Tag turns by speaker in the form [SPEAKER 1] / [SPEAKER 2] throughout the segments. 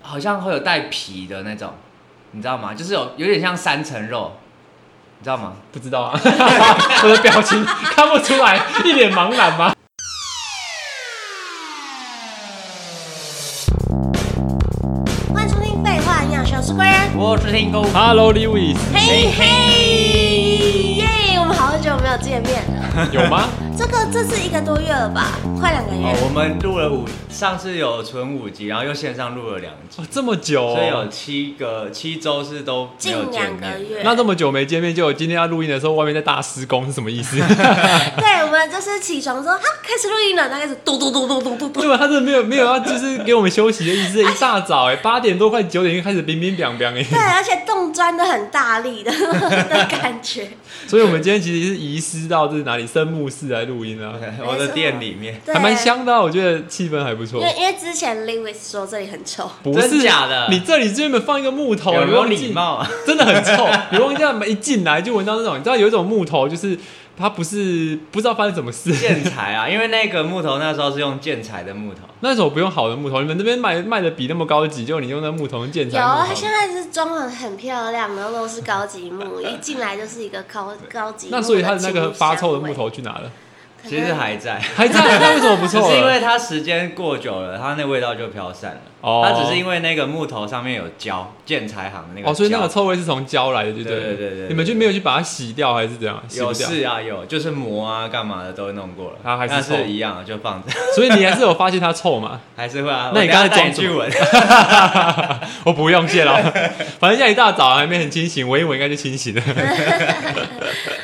[SPEAKER 1] 好像会有带皮的那种，你知道吗？就是有有点像三层肉，你知道吗？
[SPEAKER 2] 不知道啊， 我的表情看不出来，一脸茫然吗？
[SPEAKER 3] 欢迎收听《废话营养学》，我是贵人。
[SPEAKER 1] 我是听狗，
[SPEAKER 2] Hello, Lewis，
[SPEAKER 3] 嘿嘿，耶！我们好久没有见面了，
[SPEAKER 2] 有吗？
[SPEAKER 3] 这个这是一个多月了吧？快两个月
[SPEAKER 1] 哦，
[SPEAKER 3] 了。
[SPEAKER 1] 我们录了五，上次有存五集，然后又线上录了两集，
[SPEAKER 2] 哦，这么久、
[SPEAKER 1] 所以
[SPEAKER 2] 哦
[SPEAKER 1] 有，七个七周是都没有
[SPEAKER 3] 近
[SPEAKER 1] 见
[SPEAKER 3] 两个
[SPEAKER 1] 面。
[SPEAKER 3] 月，
[SPEAKER 2] 那这么久没见面，就有今天要录音的时候，外面在大施工是什么意思？
[SPEAKER 3] 对，我们就是起床说，哈，开始录音了，那开始嘟嘟嘟嘟嘟嘟
[SPEAKER 2] 对
[SPEAKER 3] 嘟。
[SPEAKER 2] 吧？他真的没有没有要就是给我们休息的意思，一大早哎、八点多快九点就开始冰冰凉凉哎，
[SPEAKER 3] 对，而且动钻的很大力的 的感觉。
[SPEAKER 2] 所以我们今天其实是遗失到这是哪里生木室来录音啊，
[SPEAKER 1] 我的店里面，
[SPEAKER 3] 对，
[SPEAKER 2] 还蛮。香哦的啊、我觉得气氛还不错
[SPEAKER 3] 因。为因为之前 Lewis 说这里很臭，
[SPEAKER 2] 不是
[SPEAKER 1] 真假的
[SPEAKER 2] 你这里这边放一个木头，
[SPEAKER 1] 有
[SPEAKER 2] 你
[SPEAKER 1] 没有
[SPEAKER 2] 忘记
[SPEAKER 1] 礼貌啊？
[SPEAKER 2] 真的很臭。 你忘记一进来就闻到那种，你知道有一种木头，就是它不是不知道发生什么事。
[SPEAKER 1] 建材啊，因为那个木头那时候是用建材的木头，
[SPEAKER 2] 那时候不用好的木头，你们那边卖卖的比那么高级，就你用那木头建材
[SPEAKER 3] 有啊，
[SPEAKER 2] 木
[SPEAKER 3] 它现
[SPEAKER 2] 头。
[SPEAKER 3] 在是装潢很漂亮，然后都是高级木，一进来就是一个高高级木
[SPEAKER 2] 那所以它的那
[SPEAKER 3] 清
[SPEAKER 2] 个
[SPEAKER 3] 香
[SPEAKER 2] 发臭的
[SPEAKER 3] 味
[SPEAKER 2] 木，头去哪了？
[SPEAKER 3] 可能
[SPEAKER 1] 其实还在，
[SPEAKER 2] 还在，啊那为什么不
[SPEAKER 1] 只
[SPEAKER 2] 臭了？
[SPEAKER 1] 是因为它时间过久了，它那味道就飘散了。
[SPEAKER 2] 哦
[SPEAKER 1] 它只是因为那个木头上面有胶，建材行的那个胶。
[SPEAKER 2] 哦，所以那个臭味是从胶来的，对不
[SPEAKER 1] 对对对对对
[SPEAKER 2] 你们就没有去把它洗掉，还是怎样？洗不
[SPEAKER 1] 有
[SPEAKER 2] 掉。
[SPEAKER 1] 是啊，有就是膜啊，干嘛的都弄过了，
[SPEAKER 2] 它还是
[SPEAKER 1] 但
[SPEAKER 2] 臭
[SPEAKER 1] 是一样，就放着，
[SPEAKER 2] 所以你还是有发现它臭嘛？
[SPEAKER 1] 还是会啊。
[SPEAKER 2] 那你刚才
[SPEAKER 1] 我等一下带
[SPEAKER 2] 装什
[SPEAKER 1] 去闻，
[SPEAKER 2] 我哦不用谢了， 反正现在一大早还没很清醒，闻一闻应该就清醒了。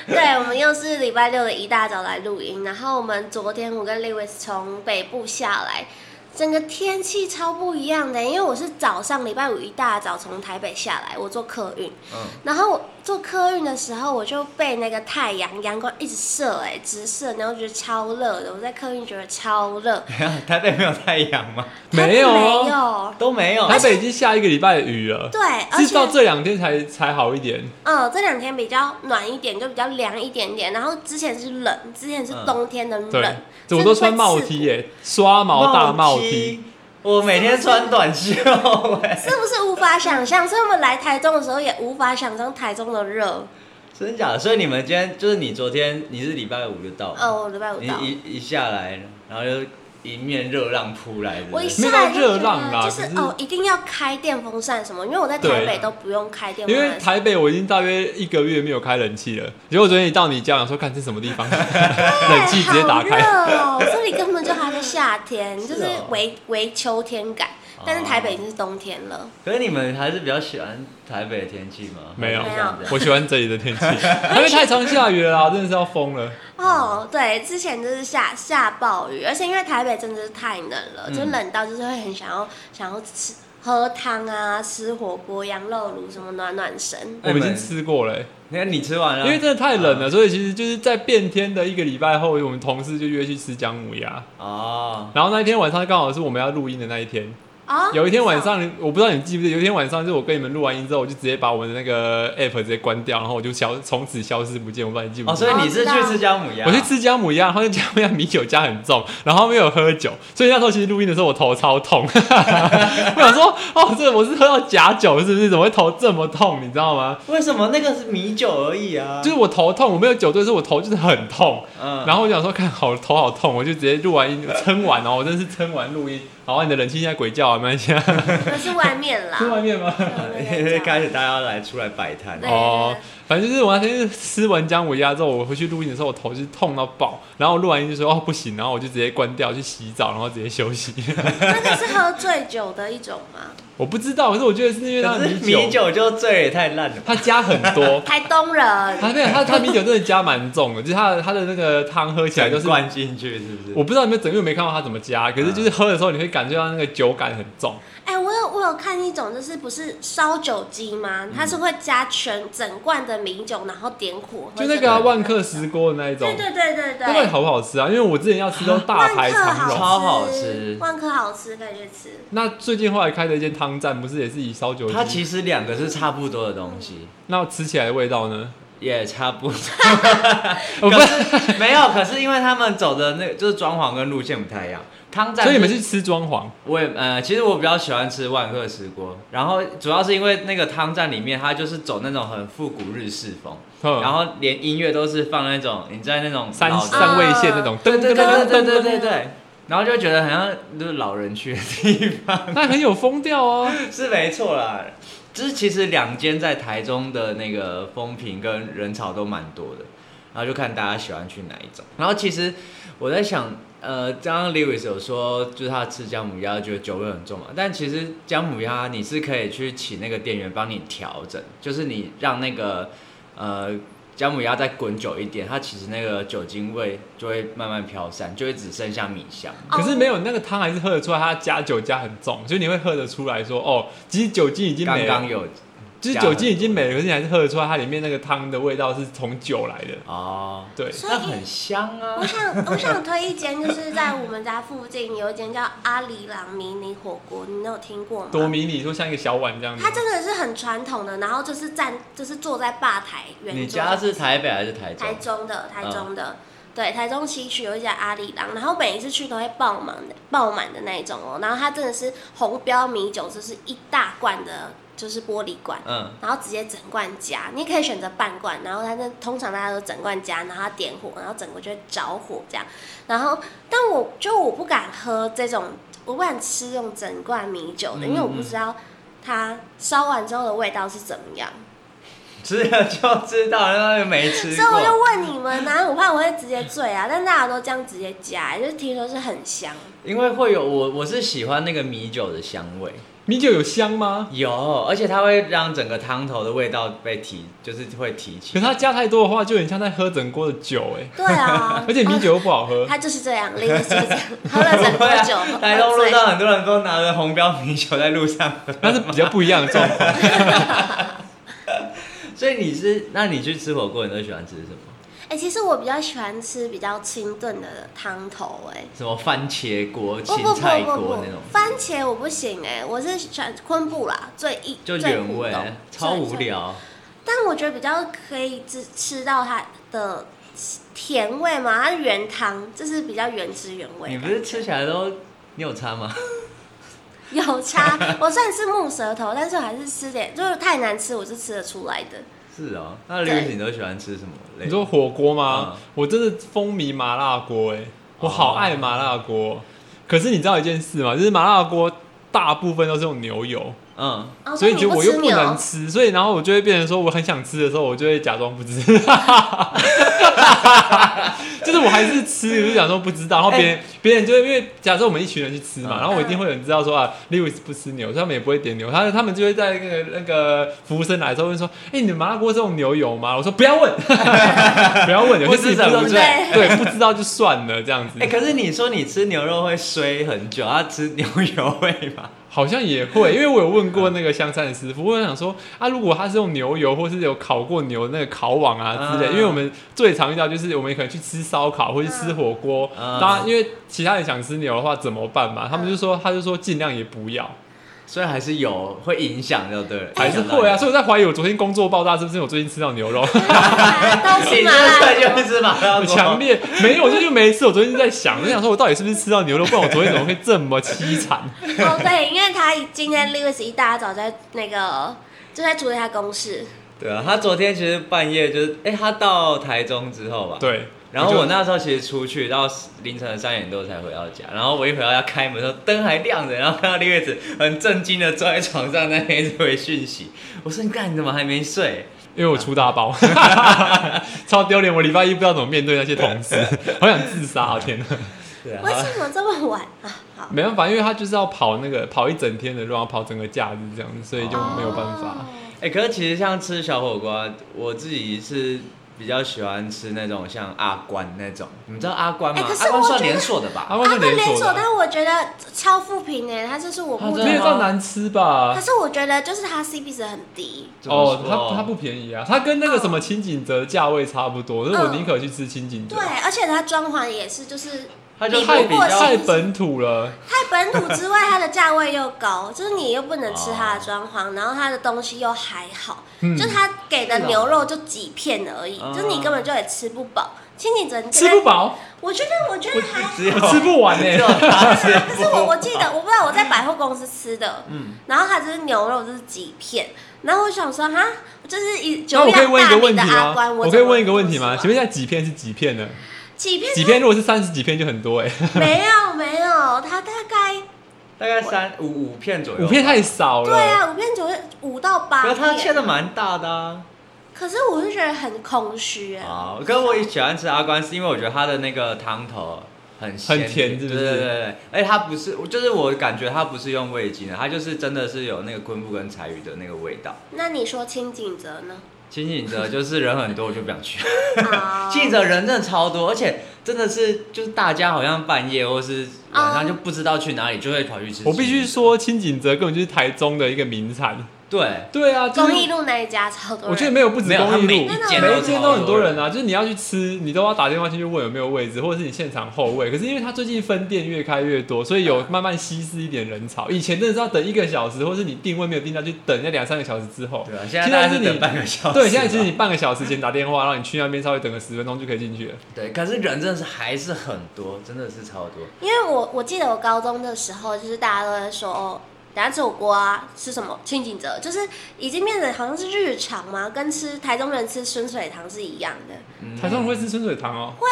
[SPEAKER 3] 对，我们又是礼拜六的一大早来录音，然后我们昨天我跟 Lewis 从北部下来，整个天气超不一样的，因为我是早上礼拜五一大早从台北下来，我坐客运，
[SPEAKER 1] 嗯，
[SPEAKER 3] 然后我坐客运的时候我就被那个太阳阳光一直射，哎，直射，然后觉得超热的，我在客运觉得超热，
[SPEAKER 1] 台北没有太阳 吗？
[SPEAKER 2] 没有哦
[SPEAKER 3] 没有，
[SPEAKER 1] 都没有，
[SPEAKER 2] 台北已经下一个礼拜的雨了，
[SPEAKER 3] 对，而
[SPEAKER 2] 是到
[SPEAKER 3] 且。
[SPEAKER 2] 这两天才才好一点。
[SPEAKER 3] 嗯，这两天比较暖一点，就比较凉一点点。然后之前是冷，之前是
[SPEAKER 1] 嗯
[SPEAKER 3] 冬天的冷，
[SPEAKER 2] 对，我
[SPEAKER 3] 真的
[SPEAKER 2] 都
[SPEAKER 3] 会
[SPEAKER 2] 穿帽
[SPEAKER 3] 刺骨
[SPEAKER 2] T 耶，刷毛大帽 T。，
[SPEAKER 1] 我每天穿短袖哎，
[SPEAKER 3] 是不是无法想象？所以我们来台中的时候也无法想象台中的热。
[SPEAKER 1] 真假的？所以你们今天就是你昨天你是礼拜五就到了，
[SPEAKER 3] 哦，我礼拜五
[SPEAKER 1] 你
[SPEAKER 3] 到，
[SPEAKER 1] 一一下来，然后就一面热浪扑来，
[SPEAKER 3] 我一
[SPEAKER 1] 是不是
[SPEAKER 3] 下来就觉
[SPEAKER 2] 没有到热浪啦
[SPEAKER 3] 得就是
[SPEAKER 2] 可是
[SPEAKER 3] 哦，一定要开电风扇什么，因为我在台北都不用开电风
[SPEAKER 2] 因
[SPEAKER 3] 扇。
[SPEAKER 2] 为台北我已经大约一个月没有开冷气了，结果昨天一到你家，想说看这什么地 方，冷气直接打
[SPEAKER 3] 哎
[SPEAKER 2] 开。
[SPEAKER 3] 好热哦，这里根本就还在夏 天，就是是
[SPEAKER 1] 哦
[SPEAKER 3] 为为秋天感。
[SPEAKER 2] 哦
[SPEAKER 3] 但是台北已经是冬天了，
[SPEAKER 1] 可是你们还是比较喜欢台北的天气吗？
[SPEAKER 2] 没有
[SPEAKER 1] 还是这样子啊
[SPEAKER 2] 我喜欢这里的天 气，因为太常下雨了啦，真的是要疯了。
[SPEAKER 3] 哦，对，之前就是下下暴雨，而且因为台北真的是太冷了，就
[SPEAKER 1] 嗯
[SPEAKER 3] 冷到就是会很想要想要吃喝汤啊，吃火锅、羊肉炉什么暖暖身。
[SPEAKER 2] 我们已经吃过了欸、
[SPEAKER 1] 你看你吃完了，
[SPEAKER 2] 因为真的太冷了，所以其实就是在变天的一个礼拜后，我们同事就约去吃姜母鸭。
[SPEAKER 1] 哦，
[SPEAKER 2] 然后那一天晚上刚好是我们要录音的那一天，
[SPEAKER 3] 哦，
[SPEAKER 2] 有一天晚上，我不知道你记不记得，有一天晚上就是我跟你们录完音之后，我就直接把我们的那个 app 直接关掉，然后我就消从此消失不见。我不知道你记不
[SPEAKER 1] 哦，
[SPEAKER 2] 记得。
[SPEAKER 1] 所以你啊是去吃姜母鸭？
[SPEAKER 2] 我去吃姜母鸭，然后那姜母鸭米酒加很重，然后没有喝酒，所以那时候其实录音的时候我头 超痛，我想说，哦，这我是喝到假酒是不是？怎么会头这么痛？你知道吗？
[SPEAKER 1] 为什么那个是米酒而已啊？
[SPEAKER 2] 就是我头痛，我没有酒醉，是我头就是很痛。
[SPEAKER 1] 嗯，
[SPEAKER 2] 然后我想说，看好头好痛，我就直接录完音撑完哦，我真是撑完录音。好、啊，你的冷气现在鬼叫啊，没关系啊，
[SPEAKER 3] 那是外 面啦。
[SPEAKER 2] 是外面吗？
[SPEAKER 3] 对
[SPEAKER 1] 开始大家来出来摆摊
[SPEAKER 3] 对，
[SPEAKER 2] 哦，反正就是我那天吃完姜母鸭之后，我回去录音的时候，我头就是痛到爆，然后我录完音就说哦不行，然后我就直接关掉去洗澡，然后直接休息。
[SPEAKER 3] 那个是喝醉酒的一种吗？，
[SPEAKER 2] 我不知道，可是我觉得是因为它
[SPEAKER 1] 可
[SPEAKER 2] 的
[SPEAKER 1] 哦是
[SPEAKER 2] 米
[SPEAKER 1] 米酒
[SPEAKER 2] 酒，
[SPEAKER 1] 就醉也太烂了吧。
[SPEAKER 2] 它加很多
[SPEAKER 3] 台东人，
[SPEAKER 2] 它没有它它米酒真的加蛮重的，就是它的它的那个汤喝起来就是
[SPEAKER 1] 整。嗯灌进去是不是？
[SPEAKER 2] 我不知道有没有整个没看到它怎么加，可是就是喝的时候你会感觉到那个酒感很重，
[SPEAKER 3] 哎，我有我有看一种，就是不是烧酒鸡
[SPEAKER 2] 嗯
[SPEAKER 3] 吗？它是会加全整罐的米酒，然后点火，
[SPEAKER 2] 就那个啊、
[SPEAKER 3] 喝
[SPEAKER 2] 万客石锅的那一种
[SPEAKER 3] 对，对对对
[SPEAKER 2] 那到底
[SPEAKER 3] 对，
[SPEAKER 2] 好不好吃啊？因为我之前要吃都大
[SPEAKER 3] 万
[SPEAKER 2] 排
[SPEAKER 3] 客
[SPEAKER 2] 长
[SPEAKER 1] 吃
[SPEAKER 2] 龙，
[SPEAKER 1] 超好吃
[SPEAKER 3] 吃，万客好吃，可以去吃。
[SPEAKER 2] 那最近后来开的一间汤站，不是也是以烧酒
[SPEAKER 1] 它其
[SPEAKER 2] 鸡
[SPEAKER 1] 实两个是差不多的东西，
[SPEAKER 2] 那吃起来的味道呢？
[SPEAKER 1] 也差不多。
[SPEAKER 2] 我不
[SPEAKER 1] 可是没有，可是因为他们走的那就是装潢跟路线不太一样，汤站，
[SPEAKER 2] 所以你们去吃装潢，
[SPEAKER 1] 我也呃，其实我比较喜欢吃万客石锅，然后主要是因为那个汤站里面，它就是走那种很复古日式风，然
[SPEAKER 2] 嗯，
[SPEAKER 1] 后连音乐都是放那种你在那种
[SPEAKER 2] 三
[SPEAKER 1] 老的啊
[SPEAKER 2] 三味线那种，
[SPEAKER 1] 对
[SPEAKER 2] 噔
[SPEAKER 1] 对对
[SPEAKER 2] 噔
[SPEAKER 1] 对对
[SPEAKER 2] 噔噔
[SPEAKER 1] 对
[SPEAKER 2] 噔
[SPEAKER 1] 对
[SPEAKER 2] 噔，
[SPEAKER 1] 对，然后就觉得好像就是老人去的地方
[SPEAKER 2] 那很有风调哦。
[SPEAKER 1] 是没错啦。就是其实两间在台中的那个风评跟人潮都蛮多的，然后就看大家喜欢去哪一种。然后其实我在想，呃，刚刚 Lewis 有说，就是他吃姜母鸭觉得酒味很重嘛，但其实姜母鸭你是可以去请那个店员帮你调整，就是你让那个呃姜母鸭再滚久一点，它其实那个酒精味就会慢慢飘散，就会只剩下米香。
[SPEAKER 3] 哦
[SPEAKER 2] 可是没有那个汤还是喝得出来，它加酒加很重，所以你会喝得出来说，哦，其实酒精已经
[SPEAKER 1] 刚
[SPEAKER 2] 没
[SPEAKER 1] 刚
[SPEAKER 2] 了，
[SPEAKER 1] 有
[SPEAKER 2] 就是酒精已经没了，可是你还是喝得出来它里面那个汤的味道是从酒来的。
[SPEAKER 1] 哦，
[SPEAKER 2] 对，
[SPEAKER 3] 所
[SPEAKER 1] 那
[SPEAKER 3] 以
[SPEAKER 1] 很香啊
[SPEAKER 3] 我。 想，我想推一间，就是在我们家附近有一间叫阿里郎迷你火锅，你有听过吗？
[SPEAKER 2] 多迷你说像一个小碗这
[SPEAKER 1] 嗯
[SPEAKER 2] 样子
[SPEAKER 3] 它，真的是很传统的，然后就是站，就是坐在吧台圆桌。
[SPEAKER 1] 你家是台北还是台中嗯
[SPEAKER 3] 台？中的，台中的，对，台中西区有一家阿里郎，然后每一次去都会爆满的，爆满的那一种哦。然后它真的是红标米酒，就是一大罐的，就是玻璃罐，
[SPEAKER 1] 嗯，
[SPEAKER 3] 然后直接整罐加，你可以选择半罐，然后它那通常大家都整罐加，然后它点火，然后整个就会着火这样。然后，但我就我不敢喝这种，我不敢吃这种整罐米酒
[SPEAKER 2] 嗯
[SPEAKER 3] 的，因为我不知道它烧完之后的味道是怎么样。
[SPEAKER 1] 吃了就知道，那就没吃
[SPEAKER 3] 所以我就
[SPEAKER 1] 过。
[SPEAKER 3] 问你们啊，我怕我会直接醉啊，但大家都这样直接加，就是听说是很香。
[SPEAKER 1] 因为会有我，我是喜欢那个米酒的香味，
[SPEAKER 2] 米酒有香吗？
[SPEAKER 1] 有，而且它会让整个汤头的味道被提，就是会提
[SPEAKER 2] 可
[SPEAKER 1] 起。
[SPEAKER 2] 是它加太多的话，就很像在喝整锅的酒哎，，
[SPEAKER 3] 对啊
[SPEAKER 2] 而且米酒又不好喝。
[SPEAKER 3] 他就是这样，林就是这样，喝了整
[SPEAKER 1] 对
[SPEAKER 3] 多
[SPEAKER 1] 啊
[SPEAKER 3] 酒，
[SPEAKER 1] 台
[SPEAKER 3] 喝
[SPEAKER 1] 中路
[SPEAKER 3] 醉
[SPEAKER 1] 上很多人都拿着红标米酒在路上喝，
[SPEAKER 2] 那是比较不一样的状况。
[SPEAKER 1] 所以你是，那你去吃火锅，你都喜欢吃什么？
[SPEAKER 3] 哎、其实我比较喜欢吃比较清炖的汤头、哎。
[SPEAKER 1] 什么番茄锅、
[SPEAKER 3] 不
[SPEAKER 1] 青
[SPEAKER 3] 不不
[SPEAKER 1] 菜
[SPEAKER 3] 不
[SPEAKER 1] 锅那
[SPEAKER 3] 不
[SPEAKER 1] 种，，
[SPEAKER 3] 番茄我不行哎、我是选昆布啦，最一
[SPEAKER 1] 就
[SPEAKER 3] 最
[SPEAKER 1] 原
[SPEAKER 3] 普
[SPEAKER 1] 味
[SPEAKER 3] 通，
[SPEAKER 1] 超
[SPEAKER 3] 最
[SPEAKER 1] 无。
[SPEAKER 3] 最
[SPEAKER 1] 聊。
[SPEAKER 3] 但我觉得比较可以吃吃到它的甜味嘛，它是原汤，就是比较原汁原味。
[SPEAKER 1] 你不是吃起来都，你有差吗？
[SPEAKER 3] 有 差，我虽然是木舌头，但是我还是吃点，就是太难吃，我是吃得出来的。
[SPEAKER 1] 是哦，那
[SPEAKER 3] 对
[SPEAKER 1] Lewis 你都喜欢吃什么类？
[SPEAKER 2] 你说火锅吗
[SPEAKER 1] 嗯？哦
[SPEAKER 2] 我真的风靡麻辣锅哎，我好爱麻辣锅。可是你知道一件事吗？就是麻辣锅大部分都是用牛油，
[SPEAKER 1] 嗯，
[SPEAKER 3] 哦，
[SPEAKER 2] 所以
[SPEAKER 3] 你
[SPEAKER 2] 就
[SPEAKER 3] 不
[SPEAKER 2] 我
[SPEAKER 3] 吃
[SPEAKER 2] 又不
[SPEAKER 3] 牛
[SPEAKER 2] 能吃，所以然后我就会变成说我很想吃的时候，我就会假装不知， 就是我还是吃，我就假装不知道。然后别人别人就会因为假设我们一群人去吃嘛，
[SPEAKER 1] 嗯
[SPEAKER 2] 然后我一定会有人知道说啊，Lewis 不吃牛，所以他们也不会点牛，他他们就会在那个那个服务生来的时候问说，哎，你的麻辣锅是用牛油吗？我说不要问， 不要问，有些事情不知道
[SPEAKER 1] 不
[SPEAKER 2] 就
[SPEAKER 1] 知者
[SPEAKER 3] 无
[SPEAKER 2] 对不知道就算了这样子
[SPEAKER 1] 哎、，可是你说你吃牛肉会衰很久，要吃牛油味吧？
[SPEAKER 2] 好像也会，因为我有问过那个香山的师傅，我想说啊，如果他是用牛油或是有烤过牛那个烤网啊之类，
[SPEAKER 1] 嗯
[SPEAKER 2] 因为我们最常遇到就是我们可能去吃烧烤或是吃火锅，
[SPEAKER 1] 嗯
[SPEAKER 2] 当然因为其他人想吃牛的话怎么办嘛？他们就说他就说尽量也不要，
[SPEAKER 1] 所以还是有会影响，就对了，
[SPEAKER 2] 还是
[SPEAKER 1] 影响到
[SPEAKER 2] 会啊，
[SPEAKER 1] 你
[SPEAKER 2] 所以我在怀疑我昨天工作爆炸是不是我最近吃到 牛肉
[SPEAKER 3] 都是啊
[SPEAKER 1] 你
[SPEAKER 3] 麻
[SPEAKER 1] 这
[SPEAKER 3] 辣
[SPEAKER 1] 菜就
[SPEAKER 3] 锅
[SPEAKER 1] 会。吃麻辣
[SPEAKER 2] 很
[SPEAKER 1] 锅，
[SPEAKER 2] 强烈，没有，这就没事。我昨天就在想，我就想说我到底是不是吃到牛肉，不然我昨天怎么会这么凄惨？
[SPEAKER 3] 哦，对，因为他今天 Lewis 一大早在那个就在处理他 公事，
[SPEAKER 1] 对啊，他昨天其实半夜就是，哎、他到台中之后吧，。
[SPEAKER 2] 对，
[SPEAKER 1] 然后
[SPEAKER 2] 就
[SPEAKER 1] 我那时候其实出去到凌晨三点多才回到家，然后我一回到家开门的时候灯还亮着，然后看到李月子很震惊的坐在床上在那边一直回讯息，我说你干你怎么还没睡？
[SPEAKER 2] 因为我出大包，超丢脸。我礼拜一不知道怎么面对那些同事，好想自杀啊！天哪，
[SPEAKER 1] 对啊，
[SPEAKER 3] 为什么这么晚啊？好，
[SPEAKER 2] 没办法，因为他就是要跑那个跑一整天的，然后跑整个假日这样子，所以就没有办法。
[SPEAKER 1] 哎、可是其实像吃小火锅啊，我自己是比较喜欢吃那种像阿关那种，你们知道阿关吗？
[SPEAKER 3] 哎可是
[SPEAKER 1] 阿关
[SPEAKER 3] 我
[SPEAKER 1] 算
[SPEAKER 3] 觉得
[SPEAKER 1] 连锁的吧？
[SPEAKER 2] 阿
[SPEAKER 3] 哦。
[SPEAKER 2] 关
[SPEAKER 3] 他
[SPEAKER 2] 是
[SPEAKER 3] 们
[SPEAKER 2] 连
[SPEAKER 3] 连
[SPEAKER 2] 锁
[SPEAKER 3] 锁，
[SPEAKER 2] 的，啊
[SPEAKER 3] 但我觉得超负评哎，他就是我
[SPEAKER 1] 啊
[SPEAKER 3] 目
[SPEAKER 1] 真的
[SPEAKER 2] 没
[SPEAKER 3] 中
[SPEAKER 2] 有
[SPEAKER 1] 吗
[SPEAKER 2] 到啊难吃吧
[SPEAKER 3] 可？是我觉得就是他 CP 值很低，
[SPEAKER 1] 怎么
[SPEAKER 2] 哦，
[SPEAKER 1] 说
[SPEAKER 2] 它它不便宜啊，它跟那个什么清景泽价位差不多，所以我宁可去吃清景泽
[SPEAKER 3] 嗯对，，而且他装潢也是就是
[SPEAKER 1] 它就
[SPEAKER 3] 比
[SPEAKER 1] 太
[SPEAKER 2] 太
[SPEAKER 3] 不
[SPEAKER 1] 比
[SPEAKER 3] 过
[SPEAKER 1] 较
[SPEAKER 2] 太本土了。
[SPEAKER 3] 太本土之外，它的价位又高，就是你又不能吃它的装潢，然后它的东西又还好，
[SPEAKER 2] 嗯
[SPEAKER 3] 就它给的牛肉就几片而已，
[SPEAKER 1] 嗯
[SPEAKER 3] 就是你根本就也吃不饱。清景泽你
[SPEAKER 2] 吃
[SPEAKER 3] 这
[SPEAKER 2] 不
[SPEAKER 3] 边，
[SPEAKER 2] 饱，
[SPEAKER 3] 我觉得我觉得还
[SPEAKER 1] 只有
[SPEAKER 2] 我吃不完呢、欸
[SPEAKER 1] 只有他吃
[SPEAKER 3] 可
[SPEAKER 1] 不
[SPEAKER 3] 是我
[SPEAKER 1] 饱
[SPEAKER 3] 我记得，我不知道我在百货公司吃的，
[SPEAKER 2] 哦嗯
[SPEAKER 3] 然后它就是牛肉，就是几片，然后我想说哈，就是一
[SPEAKER 2] 那
[SPEAKER 3] 酒
[SPEAKER 2] 我可以
[SPEAKER 3] 量
[SPEAKER 2] 问一个
[SPEAKER 3] 大名
[SPEAKER 2] 问
[SPEAKER 3] 的
[SPEAKER 2] 题
[SPEAKER 3] 阿
[SPEAKER 2] 吗？
[SPEAKER 3] 关，
[SPEAKER 2] 我
[SPEAKER 3] 我
[SPEAKER 2] 可以
[SPEAKER 3] 怎么
[SPEAKER 2] 问一个
[SPEAKER 3] 能
[SPEAKER 2] 问
[SPEAKER 3] 不
[SPEAKER 2] 题吗？
[SPEAKER 3] 吃
[SPEAKER 2] 请问一
[SPEAKER 3] 完
[SPEAKER 2] 下，几片是几片呢？
[SPEAKER 3] 几片？
[SPEAKER 2] 几片如果是三十几片就很多哎、
[SPEAKER 3] 没有没有，它大概
[SPEAKER 1] 大概三五五片左右，
[SPEAKER 2] 五片太少了。
[SPEAKER 3] 对啊，五片左右五到八
[SPEAKER 1] 可是它切
[SPEAKER 3] 片。
[SPEAKER 1] 的蛮大的啊。
[SPEAKER 3] 可是我就觉得很空虚哎，
[SPEAKER 1] 啊，跟我喜欢吃阿关是因为我觉得它的那个汤头很鲜
[SPEAKER 2] 很甜是不是
[SPEAKER 1] 对对对对，而且它不是，就是我感觉它不是用味精的，它就是真的是有那个昆布跟柴鱼的那个味道。
[SPEAKER 3] 那你说清景泽 呢？
[SPEAKER 1] 清醒者就是人很多，我就不想去。
[SPEAKER 3] 啊
[SPEAKER 1] 清醒者人真的超多，而且真的是就是大家好像半夜或是晚上
[SPEAKER 3] 哦
[SPEAKER 1] 就不知道去哪里，就会跑去吃。
[SPEAKER 2] 我必须，说，清景泽根本就是台中的一个名产。
[SPEAKER 1] 对，
[SPEAKER 2] 对啊，就
[SPEAKER 3] 公
[SPEAKER 2] 是
[SPEAKER 3] 益路那一家超多人，
[SPEAKER 2] 我觉得没有不止
[SPEAKER 1] 没有
[SPEAKER 2] 公益
[SPEAKER 1] 他
[SPEAKER 2] 路，
[SPEAKER 1] 每
[SPEAKER 2] 每
[SPEAKER 1] 一
[SPEAKER 3] 真的
[SPEAKER 1] 间
[SPEAKER 3] 吗
[SPEAKER 1] 都
[SPEAKER 2] 一间都很多人
[SPEAKER 1] 啊。
[SPEAKER 2] 啊。就是你要去吃，你都要打电话进去问有没有位置，或者是你现场候位。可是因为它最近分店越开越多，所以有慢慢稀释一点人潮。以前真的是要等一个小时，或是你定位没有定到，就等那两三个小时之后。
[SPEAKER 1] 对啊，现在大概
[SPEAKER 2] 现在 是
[SPEAKER 1] 是啊等
[SPEAKER 2] 你
[SPEAKER 1] 半个小时吧。
[SPEAKER 2] 对，现在其实你半个小时前打电话，让你去那边稍微等个十分钟就可以进去了。
[SPEAKER 1] 对，可是人真的是还是很多，真的是超多。
[SPEAKER 3] 因为我我记得我高中的时候，就是大家都在说哦，等下吃火锅啊，吃什么清景泽，就是已经变得好像是日常嘛，跟吃台中人吃春水堂是一样的。
[SPEAKER 1] 嗯
[SPEAKER 2] 台中人会吃春水堂哦？
[SPEAKER 3] 啊，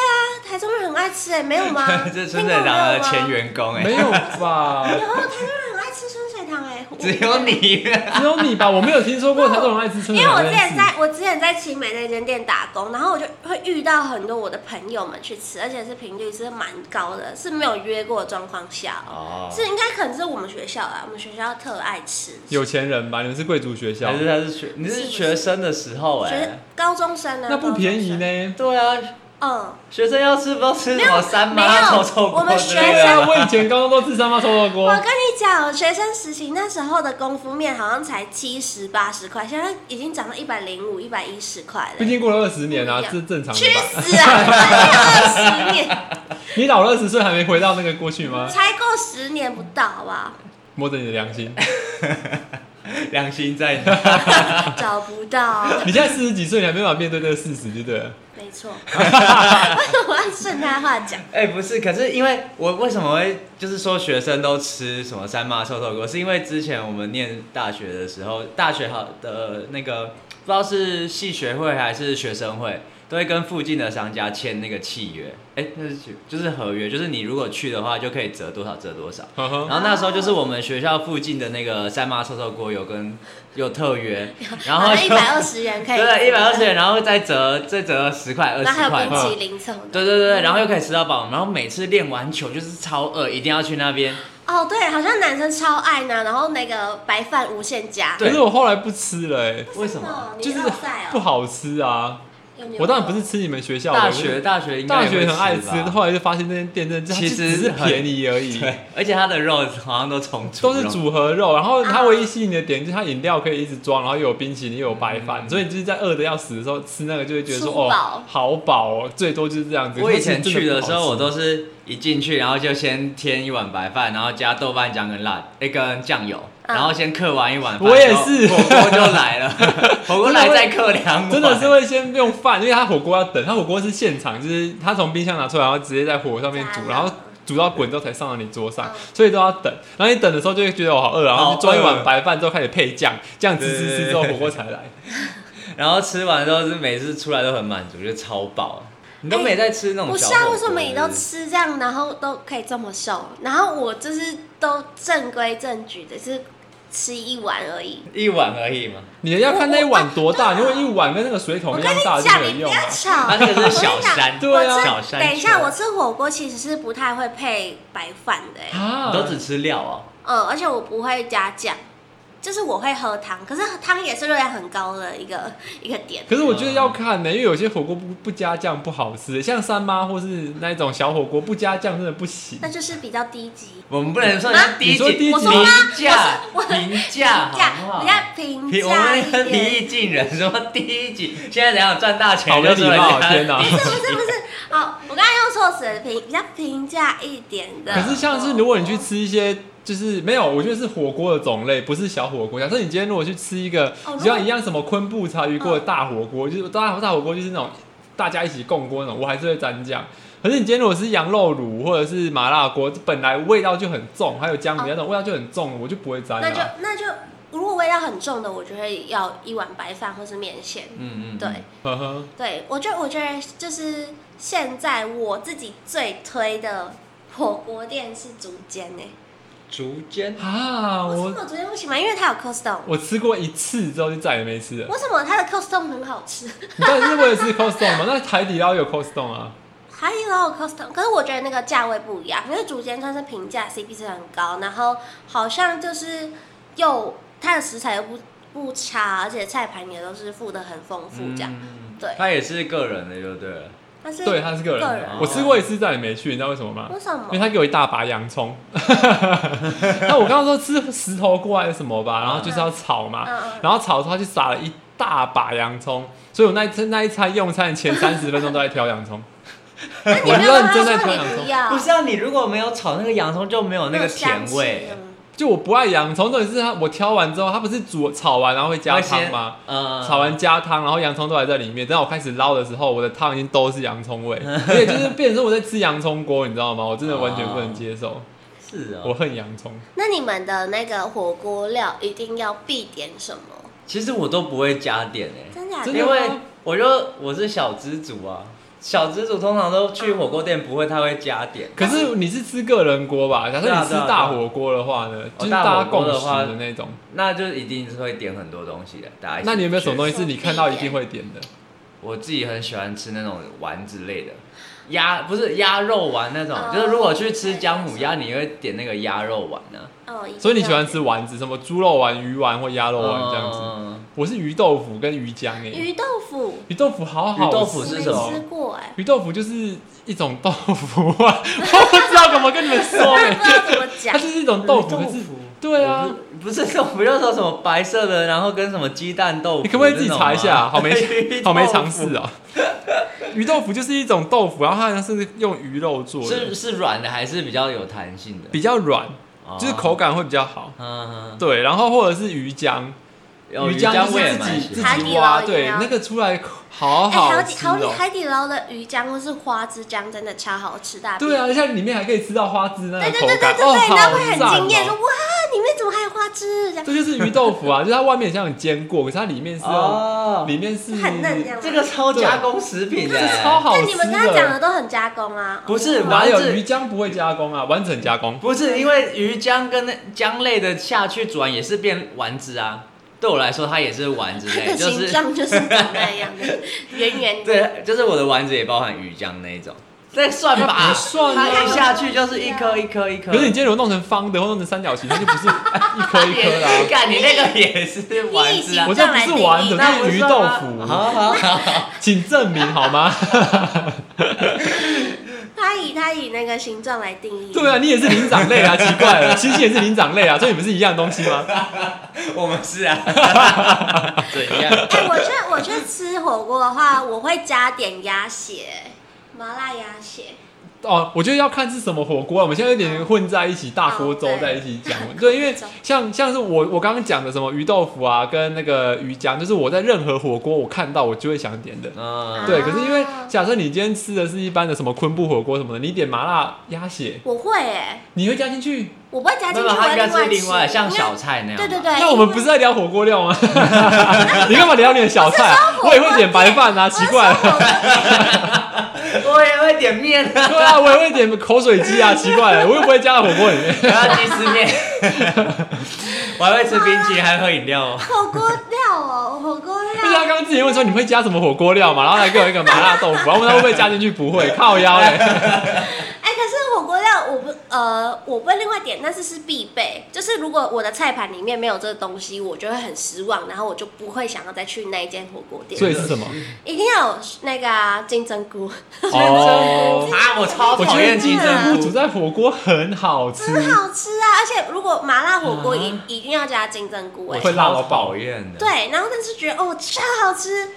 [SPEAKER 3] 台中人很爱吃哎、没有吗？
[SPEAKER 1] 这
[SPEAKER 3] 听
[SPEAKER 1] 村
[SPEAKER 3] 过
[SPEAKER 1] 长
[SPEAKER 3] 没有
[SPEAKER 1] 的
[SPEAKER 3] 吗？
[SPEAKER 1] 前员工哎、
[SPEAKER 2] 没有吧？
[SPEAKER 3] 有台中人很爱吃春水堂哎、我
[SPEAKER 1] 只有。你。
[SPEAKER 2] 只有你吧？我没有听说过台中人爱吃春
[SPEAKER 3] 因
[SPEAKER 2] 水
[SPEAKER 3] 为
[SPEAKER 2] 堂这
[SPEAKER 3] 我之
[SPEAKER 2] 件
[SPEAKER 3] 前
[SPEAKER 2] 事。
[SPEAKER 3] 在我之前在奇美那间店打工，然后我就会遇到很多我的朋友们去吃，而且是频率是蛮高的，是没有约过的状况下哦，
[SPEAKER 1] 哦，
[SPEAKER 3] 是应该可能是我们学校啊啦，我们学校特爱吃，
[SPEAKER 2] 有钱人吧？你们是贵族学校
[SPEAKER 1] 还，是他是学你是学生的时候哎、
[SPEAKER 3] 学生高中生呢、
[SPEAKER 2] 那不便宜
[SPEAKER 3] 高中
[SPEAKER 2] 呢。
[SPEAKER 3] 生。
[SPEAKER 1] 对啊，
[SPEAKER 3] 嗯，
[SPEAKER 1] 学生要吃不知道吃什么三
[SPEAKER 3] 没
[SPEAKER 1] 妈臭
[SPEAKER 3] 有
[SPEAKER 1] 臭锅
[SPEAKER 3] 我们
[SPEAKER 1] 之
[SPEAKER 3] 学
[SPEAKER 1] 类
[SPEAKER 2] 对
[SPEAKER 1] 的
[SPEAKER 2] 啊，我以前高中都吃三妈臭豆
[SPEAKER 3] 我
[SPEAKER 2] 锅
[SPEAKER 3] 跟，你讲，学生时期那时候的功夫面好像才七十八十块，现在已经涨到一百零五、一百一十块
[SPEAKER 2] 毕
[SPEAKER 3] 了。
[SPEAKER 2] 竟过了二十年啊，
[SPEAKER 3] 不一样
[SPEAKER 2] 这正常的
[SPEAKER 3] 去
[SPEAKER 2] 吧？
[SPEAKER 3] 死啊！才二十年，
[SPEAKER 2] 你老了二十岁还没回到那个过去吗？
[SPEAKER 3] 才过十年不到，啊好不好？
[SPEAKER 2] 摸着你的 良心，
[SPEAKER 1] 良心在哪？
[SPEAKER 3] 找不到，
[SPEAKER 2] 你现在四十几岁，你还没办法面对这个事实，就 对了。
[SPEAKER 3] 没错。 为什么要顺他话讲？
[SPEAKER 1] 哎、不是，可是因为我为什么会就是说学生都吃什么三妈臭臭锅，是因为之前我们念大学的时候，大学好的那个不知道是系学会还是学生会，都会跟附近的商家签那个契约，哎、那是就是合约，就是你如果去的话就可以折多少折多少。
[SPEAKER 2] 呵呵
[SPEAKER 1] 然后那时候就是我们学校附近的那个三妈臭臭锅有跟有特 约，然后
[SPEAKER 3] 一
[SPEAKER 1] 就
[SPEAKER 3] 百二十元可以，
[SPEAKER 1] 对一百二十，元，然后再折再折十块二
[SPEAKER 3] 然后
[SPEAKER 1] 十
[SPEAKER 3] 还有
[SPEAKER 1] 块
[SPEAKER 3] 冰
[SPEAKER 1] 嘛，
[SPEAKER 3] 淇淋什么的。
[SPEAKER 1] 对对对，然后又可以吃到饱，然后每次练完球就是超饿，一定要去那边。
[SPEAKER 3] 哦，对，好像男生超爱呢，然后那个白饭无限加。
[SPEAKER 1] 对
[SPEAKER 2] 可是我后来不吃了，哎，
[SPEAKER 1] 为什么？
[SPEAKER 3] 你
[SPEAKER 2] 就是
[SPEAKER 3] 奥赛
[SPEAKER 2] 不
[SPEAKER 3] 哦，
[SPEAKER 2] 好吃啊。
[SPEAKER 3] 有牛肉
[SPEAKER 2] 我当然不是吃你们学校的，
[SPEAKER 1] 大
[SPEAKER 2] 我
[SPEAKER 1] 学
[SPEAKER 2] 是
[SPEAKER 1] 大学应该
[SPEAKER 2] 大
[SPEAKER 1] 也会
[SPEAKER 2] 学很爱吃，
[SPEAKER 1] 吧
[SPEAKER 2] 后来就发现那间店真的
[SPEAKER 1] 其实
[SPEAKER 2] 它只是
[SPEAKER 1] 很
[SPEAKER 2] 便宜而已。
[SPEAKER 1] 对，而且它的肉好像都重组，
[SPEAKER 2] 都是组合
[SPEAKER 1] 啊
[SPEAKER 2] 肉，然后它唯一吸引你的点就是它饮料可以一直装，然后又有冰淇淋又有白饭，
[SPEAKER 1] 嗯
[SPEAKER 2] 所以你就是在饿的要死的时候吃那个就会觉得说
[SPEAKER 3] 粗饱
[SPEAKER 2] 哦好饱哦，最多就是这样子。
[SPEAKER 1] 我以前
[SPEAKER 2] 可是
[SPEAKER 1] 去的
[SPEAKER 2] 真不好
[SPEAKER 1] 时
[SPEAKER 2] 吃
[SPEAKER 1] 候，我都是一进去，然后就先添一碗白饭，然后加豆瓣酱跟辣，哎，跟酱油，
[SPEAKER 3] 嗯
[SPEAKER 1] 然后先嗑完一碗饭。
[SPEAKER 2] 我也
[SPEAKER 1] 然后
[SPEAKER 2] 是
[SPEAKER 1] 火锅就来 了，火锅来再嗑两碗。
[SPEAKER 2] 真的是会先用饭，因为它火锅要等，它火锅是现场，就是它从冰箱拿出来，然后直接在火上面
[SPEAKER 3] 加
[SPEAKER 2] 煮，
[SPEAKER 3] 热
[SPEAKER 2] 然后煮到滚之后才上到你桌上
[SPEAKER 3] 嗯，
[SPEAKER 2] 所以都要等。然后你等的时候就会觉得我哦好饿，然后就装一
[SPEAKER 1] 好
[SPEAKER 2] 碗
[SPEAKER 1] 饿
[SPEAKER 2] 白饭之后开始配酱，酱吃吃吃之后
[SPEAKER 1] 对
[SPEAKER 2] 火锅才来。
[SPEAKER 1] 然后吃完之后是每次出来都很满足，就超饱。你都没在吃那种
[SPEAKER 3] 不
[SPEAKER 1] 小
[SPEAKER 3] 是
[SPEAKER 1] 火锅、
[SPEAKER 3] 啊，为什么你都
[SPEAKER 1] 是不是？
[SPEAKER 3] 吃这样，然后都可以这么瘦？然后我就是都正规正矩的，就是吃一碗而已。
[SPEAKER 1] 一碗而已嘛，
[SPEAKER 2] 你要看那一碗多大，
[SPEAKER 3] 我
[SPEAKER 2] 如果一碗跟那个水
[SPEAKER 3] 我
[SPEAKER 2] 桶一
[SPEAKER 3] 跟
[SPEAKER 2] 样大就
[SPEAKER 3] 你讲，
[SPEAKER 2] 没有
[SPEAKER 3] 你不
[SPEAKER 2] 用啊。
[SPEAKER 3] 要吵。
[SPEAKER 1] 它
[SPEAKER 3] 我
[SPEAKER 1] 那
[SPEAKER 3] 跟
[SPEAKER 1] 个
[SPEAKER 3] 你
[SPEAKER 1] 是小，
[SPEAKER 3] 讲
[SPEAKER 1] 山，
[SPEAKER 2] 对啊
[SPEAKER 3] 我
[SPEAKER 1] 小
[SPEAKER 3] 吃
[SPEAKER 1] 山。
[SPEAKER 3] 等一下，我吃火锅其实是不太会配白饭的、欸，
[SPEAKER 2] 啊
[SPEAKER 1] 你都只吃料哦。
[SPEAKER 3] 嗯，而且我不会加酱，就是我会喝汤，可是汤也是热量很高的一个一个点。
[SPEAKER 2] 可是我觉得要看呢、因为有些火锅不不加酱不好吃，像三妈或是那一种小火锅不加酱真的不行
[SPEAKER 3] 那。就是比较低级，
[SPEAKER 1] 我们不啊能说人家低
[SPEAKER 2] 你说低级
[SPEAKER 1] 级，
[SPEAKER 2] 我
[SPEAKER 1] 评
[SPEAKER 2] 说吗
[SPEAKER 1] 价
[SPEAKER 3] 我说我
[SPEAKER 1] 评价
[SPEAKER 3] 这样
[SPEAKER 1] 好不啊好
[SPEAKER 3] 比？较平
[SPEAKER 1] 平我
[SPEAKER 3] 价
[SPEAKER 1] 们
[SPEAKER 3] 一
[SPEAKER 1] 跟平
[SPEAKER 3] 点。
[SPEAKER 1] 易近人，什么低级？现在怎样赚大钱
[SPEAKER 2] 好没
[SPEAKER 1] 就
[SPEAKER 2] 礼
[SPEAKER 1] 说人
[SPEAKER 2] 貌，
[SPEAKER 1] 家
[SPEAKER 2] 天哪！
[SPEAKER 3] 不是不是不是，好，哦我刚才用错词了，平比较平价一点的。哦
[SPEAKER 2] 可是像是如果你去吃一些，就是没有，我觉得是火锅的种类，不是小火锅。假设你今天如果去吃一个
[SPEAKER 3] 哦，
[SPEAKER 2] 就像一样什么昆布茶鱼锅的大火锅，就是大大火锅就是那种大家一起共锅那种，我还是会沾酱。可是你今天如果是羊肉卤或者是麻辣锅，本来味道就很重，还有姜饼
[SPEAKER 3] 哦
[SPEAKER 2] 那种味道就很重，我就不会沾啊
[SPEAKER 3] 那就
[SPEAKER 2] 了。
[SPEAKER 3] 那就如果味道很重的，我就会要一碗白饭或是面线。
[SPEAKER 1] 嗯嗯，嗯
[SPEAKER 3] 对，
[SPEAKER 2] 呵呵，
[SPEAKER 3] 对，我觉得我觉得就是现在我自己最推的火锅店是竹间呢、
[SPEAKER 1] 竹间
[SPEAKER 2] 啊，
[SPEAKER 3] 为什
[SPEAKER 2] 我
[SPEAKER 3] 么竹间不行吗？因为它有 costone。
[SPEAKER 2] 我吃过一次之后就再也没吃了。
[SPEAKER 3] 为什么它的 costone 很好吃？
[SPEAKER 2] 你到底是为了吃 costone 吗？那海底捞有 costone 啊？
[SPEAKER 3] 海底捞有 costone，可是我觉得那个价位不一样，因为竹间算是平价，CP 值很高，然后好像就是又它的食材又不不差，而且菜盘也都是附的很丰富这样。
[SPEAKER 1] 嗯
[SPEAKER 3] 对
[SPEAKER 1] 它也是个人的，就对了。
[SPEAKER 3] 但是
[SPEAKER 2] 对，它是个人
[SPEAKER 3] 个
[SPEAKER 2] 的
[SPEAKER 3] 人。
[SPEAKER 2] 我吃过一次，再也没去，你知道为什么吗？
[SPEAKER 3] 为什么
[SPEAKER 2] 因为？他给我一大把洋葱。 那我刚刚说吃石头锅还是什么吧，然后就是要炒嘛，
[SPEAKER 3] 嗯嗯
[SPEAKER 2] 然后炒的时候他就撒了一大把洋葱，所以我那一餐那一餐用餐前三十分钟都在挑洋葱。
[SPEAKER 3] 那你
[SPEAKER 2] 我
[SPEAKER 3] 没有
[SPEAKER 2] 认
[SPEAKER 3] 跟
[SPEAKER 2] 真
[SPEAKER 3] 他
[SPEAKER 2] 在挑
[SPEAKER 3] 说
[SPEAKER 2] 洋
[SPEAKER 3] 你
[SPEAKER 2] 葱
[SPEAKER 3] 不要，
[SPEAKER 1] 不是啊，你如果没有炒那个洋葱，就没有那个甜 味。
[SPEAKER 2] 就我不爱洋葱，重点是他我挑完之后，他不是煮炒完然后会加
[SPEAKER 1] 那些
[SPEAKER 2] 汤吗？？
[SPEAKER 1] 嗯，
[SPEAKER 2] 炒完加汤，然后洋葱都还在里面。等到我开始捞的时候，我的汤已经都是洋葱味， 而且就是变成说我在吃洋葱锅，你知道吗？我真的完全不能接受，
[SPEAKER 1] 是
[SPEAKER 2] 我
[SPEAKER 1] 哦。
[SPEAKER 2] 恨洋葱。
[SPEAKER 3] 那你们的那个火锅料一定要必点什么？
[SPEAKER 1] 其实我都不会加点哎、
[SPEAKER 3] 真假
[SPEAKER 2] 真的
[SPEAKER 1] 因
[SPEAKER 2] 吗
[SPEAKER 1] 为我就我是小资主啊。小资主通常都去火锅店不会太会加点，
[SPEAKER 2] 可是你是吃个人锅吧？假设
[SPEAKER 1] 对啊
[SPEAKER 2] 你吃
[SPEAKER 1] 对啊
[SPEAKER 2] 大
[SPEAKER 1] 对啊
[SPEAKER 2] 火锅的话呢，就是
[SPEAKER 1] 大
[SPEAKER 2] 啊大
[SPEAKER 1] 火
[SPEAKER 2] 家共
[SPEAKER 1] 锅
[SPEAKER 2] 识
[SPEAKER 1] 的话
[SPEAKER 2] 的那种。
[SPEAKER 1] 那就一定是会点很多东西的。大家一起
[SPEAKER 2] 那你有没有什么东西
[SPEAKER 3] 确
[SPEAKER 2] 是
[SPEAKER 3] 实
[SPEAKER 2] 你看到一定会点的？
[SPEAKER 1] 我自己很喜欢吃那种丸之类的，鸭不是鸭肉丸那种，
[SPEAKER 3] 哦
[SPEAKER 1] 就是如果去吃姜母鸭，你会点那个鸭肉丸呢、
[SPEAKER 3] 哦，一定
[SPEAKER 2] 所以你喜欢
[SPEAKER 3] 要
[SPEAKER 2] 吃丸子，什么猪肉丸、鱼丸或鸭肉丸这样子？
[SPEAKER 1] 嗯
[SPEAKER 2] 我是鱼豆腐跟鱼浆诶，
[SPEAKER 3] 鱼豆腐，
[SPEAKER 2] 鱼豆腐好好吃哦。
[SPEAKER 1] 鱼豆腐
[SPEAKER 3] 我
[SPEAKER 1] 是
[SPEAKER 3] 没
[SPEAKER 1] 什么
[SPEAKER 3] 吃过哎、
[SPEAKER 2] 鱼豆腐就是一种豆腐啊， 我不知道怎么跟你们说
[SPEAKER 3] 但
[SPEAKER 2] 欸
[SPEAKER 3] 不知道怎么讲
[SPEAKER 2] 它。就是一种豆腐，
[SPEAKER 1] 鱼
[SPEAKER 2] 可
[SPEAKER 1] 豆
[SPEAKER 2] 是
[SPEAKER 1] 腐
[SPEAKER 2] 对啊
[SPEAKER 1] 我，不是，不是我不就说什么白色的，然后跟什么鸡蛋豆腐，
[SPEAKER 2] 你可不可以自己查一下 啊？好没 好没尝试
[SPEAKER 1] 啊？
[SPEAKER 2] 啊！鱼豆腐就是一种豆腐，然后它好像是用鱼肉做
[SPEAKER 1] 是
[SPEAKER 2] 的，
[SPEAKER 1] 是软的还是比较有弹性的？
[SPEAKER 2] 比较软，
[SPEAKER 1] 哦
[SPEAKER 2] 就是口，感会比较好。
[SPEAKER 1] 嗯，嗯
[SPEAKER 2] 对，然后或者是鱼浆，
[SPEAKER 1] 有
[SPEAKER 2] 哦鱼
[SPEAKER 1] 鱼
[SPEAKER 2] 浆
[SPEAKER 1] 浆
[SPEAKER 2] 就
[SPEAKER 1] 我也
[SPEAKER 2] 是
[SPEAKER 1] 蛮
[SPEAKER 2] 自己
[SPEAKER 1] 喜
[SPEAKER 2] 自
[SPEAKER 1] 欢。
[SPEAKER 3] 海
[SPEAKER 2] 己
[SPEAKER 3] 底捞
[SPEAKER 2] 挖，
[SPEAKER 3] 一定
[SPEAKER 2] 对，
[SPEAKER 3] 要
[SPEAKER 2] 那个出来好
[SPEAKER 3] 哎、海
[SPEAKER 2] 好
[SPEAKER 3] 底
[SPEAKER 2] 吃
[SPEAKER 3] 海底
[SPEAKER 2] 哦。
[SPEAKER 3] 海底捞的鱼浆或是花枝浆真的超好吃，大便
[SPEAKER 2] 对啊，而且里面还可以吃到花枝那
[SPEAKER 3] 对
[SPEAKER 2] 个
[SPEAKER 3] 对
[SPEAKER 2] 口
[SPEAKER 3] 对对
[SPEAKER 2] 感，
[SPEAKER 3] 对
[SPEAKER 2] 哦，
[SPEAKER 3] 对，
[SPEAKER 2] 好
[SPEAKER 3] 然后会很
[SPEAKER 2] 赞
[SPEAKER 3] 惊艳，说
[SPEAKER 2] 哦！
[SPEAKER 3] 哇，里面怎么还有花枝？这样
[SPEAKER 2] 这就是鱼豆腐啊， 就是它外面像有煎过，可是它里面是用，
[SPEAKER 1] 哦，
[SPEAKER 2] 里面是
[SPEAKER 3] 很嫩这样。
[SPEAKER 1] 这个超加工食品的，
[SPEAKER 2] 超好
[SPEAKER 3] 但
[SPEAKER 2] 吃
[SPEAKER 3] 你们刚刚讲
[SPEAKER 2] 的。
[SPEAKER 3] 的都很加工啊，
[SPEAKER 1] 不是
[SPEAKER 2] 哪
[SPEAKER 1] 丸
[SPEAKER 2] 有
[SPEAKER 1] 子
[SPEAKER 2] 鱼浆不会加工啊？完整加工。
[SPEAKER 1] 不是因为鱼浆跟那姜类的下去煮完也是变丸子啊，对我来说它也是丸子
[SPEAKER 3] 它
[SPEAKER 1] 类，
[SPEAKER 3] 的
[SPEAKER 1] 就
[SPEAKER 3] 形
[SPEAKER 1] 是
[SPEAKER 3] 状就是长那样 的，圆圆的。
[SPEAKER 1] 对，就是我的丸子也包含鱼浆那一种，这算吧？
[SPEAKER 2] 不算啊
[SPEAKER 1] 它一下去就是一颗一颗一颗。
[SPEAKER 2] 可是你今天如果弄成方的或弄成三角形，那就不是哎一颗一 颗啦。啊
[SPEAKER 1] 干你那个也是丸子啊
[SPEAKER 2] 我？这不是丸子，
[SPEAKER 3] 那
[SPEAKER 2] 这是鱼豆腐，
[SPEAKER 1] 好好好，
[SPEAKER 2] 请证明好吗？
[SPEAKER 3] 它以它以那个形状来定义。
[SPEAKER 2] 对啊，，你也是灵长类啊，奇怪了，星星也是灵长类啊，所以你们是一样东西吗？
[SPEAKER 1] 我们是 啊，怎样？
[SPEAKER 3] 哎、我觉得我去吃火锅的话，我会加点鸭血，麻辣鸭血。
[SPEAKER 2] 哦，我觉得要看是什么火锅啊。我们现在有点混在一起，大锅粥在一起讲。对，因为像像是我我刚刚讲的什么鱼豆腐啊，跟那个鱼浆，就是我在任何火锅我看到我就会想点的。
[SPEAKER 1] 嗯，
[SPEAKER 2] 对，可是因为
[SPEAKER 3] 啊
[SPEAKER 2] 假设你今天吃的是一般的什么昆布火锅什么的，你点麻辣鸭血，
[SPEAKER 3] 我会哎、
[SPEAKER 2] 你会加进去？
[SPEAKER 3] 我不会加
[SPEAKER 1] 没
[SPEAKER 3] 进
[SPEAKER 1] 有，
[SPEAKER 3] 去，我
[SPEAKER 1] 它
[SPEAKER 3] 会
[SPEAKER 1] 应该
[SPEAKER 3] 另
[SPEAKER 1] 是
[SPEAKER 3] 外
[SPEAKER 1] 另外
[SPEAKER 3] 吃
[SPEAKER 1] 像
[SPEAKER 3] 因为
[SPEAKER 1] 小菜那样吧。
[SPEAKER 3] 对对对，
[SPEAKER 2] 那我们
[SPEAKER 3] 因为
[SPEAKER 2] 不是在聊火锅料吗？ 你干嘛聊你的小菜啊？
[SPEAKER 3] 火锅
[SPEAKER 2] 我也会点白饭啊，奇怪。
[SPEAKER 3] 我是说
[SPEAKER 1] 我也会点面啊，
[SPEAKER 2] 对啊，我也会点口水鸡啊，奇怪，我也不会加到火锅里
[SPEAKER 3] 啊
[SPEAKER 2] 面。
[SPEAKER 1] 然后鸡丝 面，我还会吃冰淇淋，还会喝饮料哦。
[SPEAKER 3] 火锅料哦，火锅
[SPEAKER 2] 不是他
[SPEAKER 3] 料。
[SPEAKER 2] 刚刚自己问说你会加什么火锅料嘛，然后来给我一个麻辣豆腐，然后问他会不会加进去，不会，靠腰嘞。
[SPEAKER 3] 哎、可是火锅料我不呃，我不会另外点，但是是必备。就是如果我的菜盘里面没有这个东西，我就会很失望，然后我就不会想要再去那一间火锅店。
[SPEAKER 2] 所以是 什么？
[SPEAKER 3] 一定要有那个、啊、金针菇，
[SPEAKER 2] 哦，
[SPEAKER 1] 啊，我超
[SPEAKER 2] 我
[SPEAKER 1] 讨
[SPEAKER 2] 觉得
[SPEAKER 1] 厌
[SPEAKER 2] 金
[SPEAKER 1] 金
[SPEAKER 2] 针
[SPEAKER 1] 针
[SPEAKER 2] 菇
[SPEAKER 1] 菇
[SPEAKER 2] 煮。在火锅很好吃，
[SPEAKER 3] 很好吃啊！而且如果麻辣火锅一、
[SPEAKER 1] 啊
[SPEAKER 3] 一定要加金针菇、
[SPEAKER 1] 我
[SPEAKER 2] 嗯
[SPEAKER 3] 哎，
[SPEAKER 2] 会辣到
[SPEAKER 1] 超
[SPEAKER 2] 爆
[SPEAKER 1] 讨厌的。，
[SPEAKER 3] 对，然后但是觉得哦超好吃，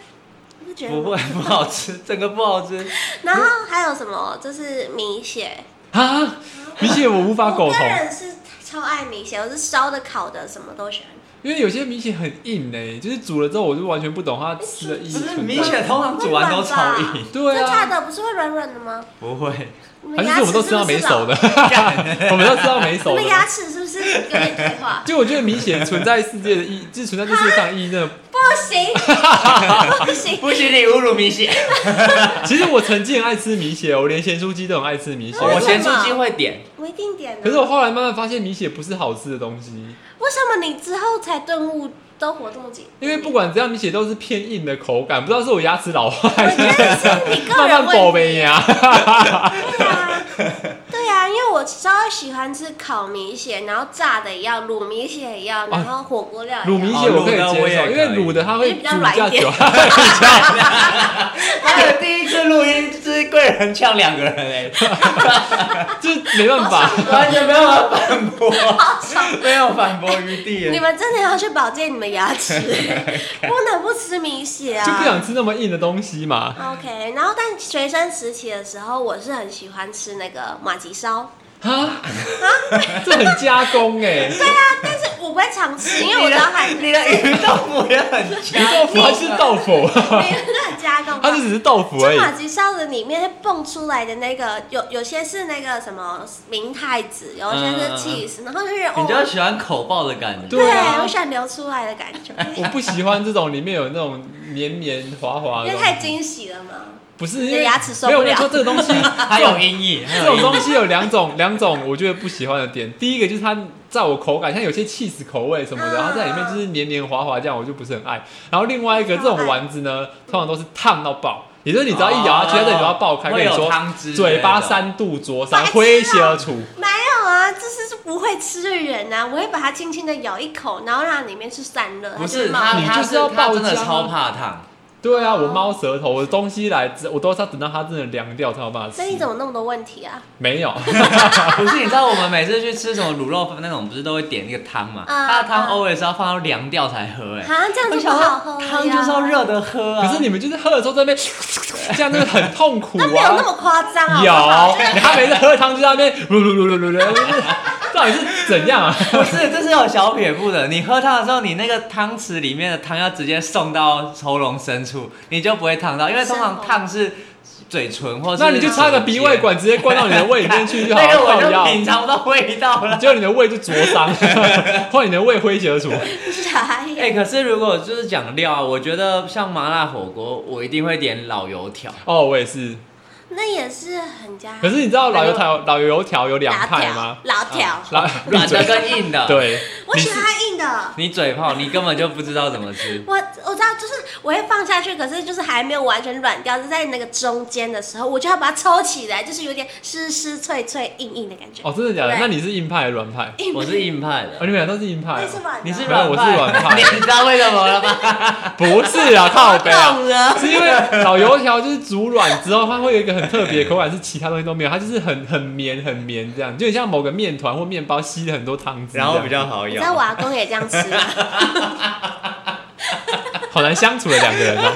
[SPEAKER 3] 不觉得
[SPEAKER 1] 不
[SPEAKER 3] 吗？
[SPEAKER 1] 会不好吃，整个不好吃。
[SPEAKER 3] 然后还有什么就是米血，
[SPEAKER 2] 啊！比起我无法
[SPEAKER 3] 我
[SPEAKER 2] 苟
[SPEAKER 3] 个
[SPEAKER 2] 同。
[SPEAKER 3] 人是超爱米血，我是烧的、烤的，什么都喜欢。
[SPEAKER 2] 因为有些米血很硬哎、就是煮了之后我就完全不懂
[SPEAKER 3] 哎
[SPEAKER 2] 它吃的意义
[SPEAKER 1] 不是
[SPEAKER 2] 存
[SPEAKER 1] 米
[SPEAKER 2] 在。
[SPEAKER 1] 血通常煮完都超
[SPEAKER 3] 会
[SPEAKER 1] 硬，
[SPEAKER 2] 对
[SPEAKER 3] 真假
[SPEAKER 2] 啊，
[SPEAKER 3] 的不是会软软的吗？
[SPEAKER 1] 不会。
[SPEAKER 3] 你们
[SPEAKER 2] 还是
[SPEAKER 3] 牙
[SPEAKER 2] 是
[SPEAKER 3] 齿
[SPEAKER 2] 我们都吃
[SPEAKER 3] 是
[SPEAKER 2] 到
[SPEAKER 3] 不
[SPEAKER 2] 没
[SPEAKER 3] 是
[SPEAKER 2] 手
[SPEAKER 3] 老？
[SPEAKER 2] 的， 我们都吃到没
[SPEAKER 3] 你
[SPEAKER 2] 手的
[SPEAKER 3] 们。牙齿是不是有点退化
[SPEAKER 2] ？就我觉得米血存在世界的意 义，就是存在这世界上的意义真的
[SPEAKER 3] 不 行，不行，
[SPEAKER 1] 不许你侮辱米血，
[SPEAKER 2] 其实我曾经很爱吃米血，我连咸酥鸡都很爱吃米血。
[SPEAKER 1] 我
[SPEAKER 3] 为什么
[SPEAKER 1] 咸酥鸡会点，
[SPEAKER 3] 我一定点的。啊
[SPEAKER 2] 可是我后来慢慢发现，米血不是好吃的东西，
[SPEAKER 3] 为什么你之后才顿悟都活这么久？
[SPEAKER 2] 因为不管怎样，米血都是偏硬的口感，不知道是我牙齿老 化
[SPEAKER 3] 我
[SPEAKER 2] 还
[SPEAKER 3] 觉
[SPEAKER 2] 是
[SPEAKER 3] 得是你个
[SPEAKER 2] 慢慢啊
[SPEAKER 3] 人问
[SPEAKER 2] 薄
[SPEAKER 3] 题。
[SPEAKER 2] 呗牙。
[SPEAKER 3] 对啊， 对啊，因为我稍微喜欢吃烤米血，然后炸的也要，卤米血也要，然后火锅料也要。
[SPEAKER 2] 哦卤米血我可以
[SPEAKER 1] 哦卤的
[SPEAKER 2] 接
[SPEAKER 1] 我也
[SPEAKER 2] 受，
[SPEAKER 1] 可以
[SPEAKER 2] 因为卤的它会
[SPEAKER 3] 因为
[SPEAKER 2] 煮
[SPEAKER 3] 比较软一
[SPEAKER 2] 较
[SPEAKER 3] 点
[SPEAKER 2] 久。
[SPEAKER 1] 还有第一次录音是贵人呛两个人哎、
[SPEAKER 2] 就是没办 法，
[SPEAKER 1] 完全没有办法反驳，
[SPEAKER 3] 好爽！
[SPEAKER 1] 没有反驳余地
[SPEAKER 3] 你
[SPEAKER 1] 哎。
[SPEAKER 3] 们真的要去保健你们牙齿， 不能不吃米血啊！
[SPEAKER 2] 就不想吃那么硬的东西嘛。
[SPEAKER 3] OK，然后但学生时期的时候，我是很喜欢吃那个马吉烧，
[SPEAKER 2] 啊， 这很加工哎、欸，
[SPEAKER 3] 啊但是我不会常吃，因为我知道 还
[SPEAKER 1] 你的鱼豆腐也很
[SPEAKER 2] 你豆腐它是豆腐，
[SPEAKER 3] 没有很加工。
[SPEAKER 2] 它就只是豆腐而
[SPEAKER 3] 就
[SPEAKER 2] 已。
[SPEAKER 3] 马吉烧的里面会蹦出来的那个，有有些是那个什么明太子，有些是
[SPEAKER 1] 嗯嗯嗯
[SPEAKER 3] cheese，、然后就是
[SPEAKER 1] 比较
[SPEAKER 3] 哦，
[SPEAKER 1] 喜欢口爆的感觉，
[SPEAKER 2] 对啊
[SPEAKER 3] 我喜欢流出来的感 觉，
[SPEAKER 2] 我不喜欢这种里面有那种绵绵滑滑的
[SPEAKER 3] 因为
[SPEAKER 2] 东
[SPEAKER 3] 太
[SPEAKER 2] 西，
[SPEAKER 3] 惊喜了嘛。
[SPEAKER 2] 不是因
[SPEAKER 3] 你的
[SPEAKER 2] 为
[SPEAKER 3] 牙齿受
[SPEAKER 2] 没有
[SPEAKER 3] 不
[SPEAKER 2] 我跟你
[SPEAKER 3] 了
[SPEAKER 2] 说这个东西，
[SPEAKER 1] 还有阴影，还
[SPEAKER 2] 这
[SPEAKER 1] 有
[SPEAKER 2] 种
[SPEAKER 1] 阴
[SPEAKER 2] 东
[SPEAKER 1] 影。
[SPEAKER 2] 西有两种，两种我觉得不喜欢的点。第一个就是它在我口感，像有些 cheese 口味什么的，
[SPEAKER 3] 啊
[SPEAKER 2] 然后在里面就是黏黏滑滑这样，我就不是很爱。然后另外一个
[SPEAKER 3] 超
[SPEAKER 2] 这
[SPEAKER 3] 爱
[SPEAKER 2] 种丸子呢，通常都是烫到爆，也就是你只要一咬下去，它这里就要爆开，
[SPEAKER 1] 哦会
[SPEAKER 2] 跟你
[SPEAKER 1] 有
[SPEAKER 2] 说
[SPEAKER 1] 汤汁
[SPEAKER 2] 嘴巴
[SPEAKER 1] 之类的
[SPEAKER 2] 三度灼伤，
[SPEAKER 3] 白痴啊
[SPEAKER 2] 诙谐处。
[SPEAKER 3] 没有啊，这是是不会吃的人呐、啊，我会把它轻轻的咬一口，然后让里面去散热。
[SPEAKER 1] 不是他，
[SPEAKER 3] 它就冒
[SPEAKER 2] 你
[SPEAKER 1] 他
[SPEAKER 2] 就是要
[SPEAKER 1] 他真
[SPEAKER 2] 爆
[SPEAKER 1] 的
[SPEAKER 2] 浆啊
[SPEAKER 1] 超怕烫，
[SPEAKER 2] 对啊，我猫舌头，我的东西来，我都是要等到它真的凉掉才有办法
[SPEAKER 3] 所以你
[SPEAKER 2] 吃。
[SPEAKER 3] 怎么那么多问题啊？
[SPEAKER 2] 没有，
[SPEAKER 1] 不是你知道我们每次去吃什么卤肉饭那种，不是都会点那个汤嘛？
[SPEAKER 3] 嗯
[SPEAKER 1] 他的汤
[SPEAKER 3] 嗯
[SPEAKER 1] always 要放到凉掉才喝哎。
[SPEAKER 3] 啊，这样
[SPEAKER 1] 我
[SPEAKER 3] 子不
[SPEAKER 1] 想
[SPEAKER 3] 好
[SPEAKER 1] 说
[SPEAKER 3] 喝了呀
[SPEAKER 1] 汤就是要热，的喝啊。
[SPEAKER 2] 可是你们就是喝了之后在那边这样，真的很痛苦
[SPEAKER 3] 那没有
[SPEAKER 2] 啊
[SPEAKER 3] 那。么夸张啊。
[SPEAKER 2] 有
[SPEAKER 3] 好不好，
[SPEAKER 2] 你他每次喝汤就在那边 噜噜噜噜噜噜，到底是怎样啊？
[SPEAKER 1] 不是，这是有小撇步的。你喝汤的时候，你那个汤匙里面的汤要直接送到喉咙深处，你就不会烫到，因为通常烫是嘴唇或是
[SPEAKER 2] 那你就插个鼻胃管，直接灌到你的胃里面去就好
[SPEAKER 1] 那个我
[SPEAKER 2] 了，靠
[SPEAKER 1] 就
[SPEAKER 2] 腰
[SPEAKER 1] 品尝不到味道了。
[SPEAKER 2] 结果你的胃就灼伤， 或者你的胃灰结处。
[SPEAKER 3] 傻眼
[SPEAKER 1] 哎、可是如果就是讲料啊，我觉得像麻辣火锅，我一定会点老油条。
[SPEAKER 2] 哦，我也是。
[SPEAKER 3] 那也是很加。啊
[SPEAKER 2] 可是你知道老油条老油条有两
[SPEAKER 3] 老
[SPEAKER 2] 派
[SPEAKER 3] 条
[SPEAKER 2] 吗？，啊
[SPEAKER 3] 老条，
[SPEAKER 2] 老
[SPEAKER 1] 软的跟硬的，，
[SPEAKER 2] 对，
[SPEAKER 3] 我
[SPEAKER 2] 你
[SPEAKER 3] 喜
[SPEAKER 2] 是
[SPEAKER 3] 欢硬的。
[SPEAKER 1] 你嘴炮，你根本就不知道怎么吃。
[SPEAKER 3] 我我知道，就是我会放下去，可是就是还没有完全软掉，就在那个中间的时候，我就要把它抽起来，就是有点湿湿脆脆、硬硬的感觉。
[SPEAKER 2] 哦，真的假的？
[SPEAKER 3] 对
[SPEAKER 2] 那你是硬派还是软派？
[SPEAKER 3] 硬
[SPEAKER 1] 我是硬派
[SPEAKER 2] 哦，你
[SPEAKER 1] 的，
[SPEAKER 2] 们俩都是硬派
[SPEAKER 3] 那
[SPEAKER 2] 哦。
[SPEAKER 3] 是软的，
[SPEAKER 1] 你是
[SPEAKER 2] 没有
[SPEAKER 1] 软
[SPEAKER 2] 我是
[SPEAKER 1] 派，
[SPEAKER 2] 软派
[SPEAKER 1] 你知道为什么了吗？
[SPEAKER 2] 不是啊，靠
[SPEAKER 3] 懂
[SPEAKER 2] 北啊。
[SPEAKER 3] 了。
[SPEAKER 2] 是因为老油条就是煮软之后，它会有一个很特别的口感，是其他东西都没有，它就是很很绵很绵这样，就很像某个面团或面包吸了很多汤汁这样，
[SPEAKER 1] 较好
[SPEAKER 3] 你知道我阿公也这样吃吗？
[SPEAKER 2] 好难相处的两个人啊。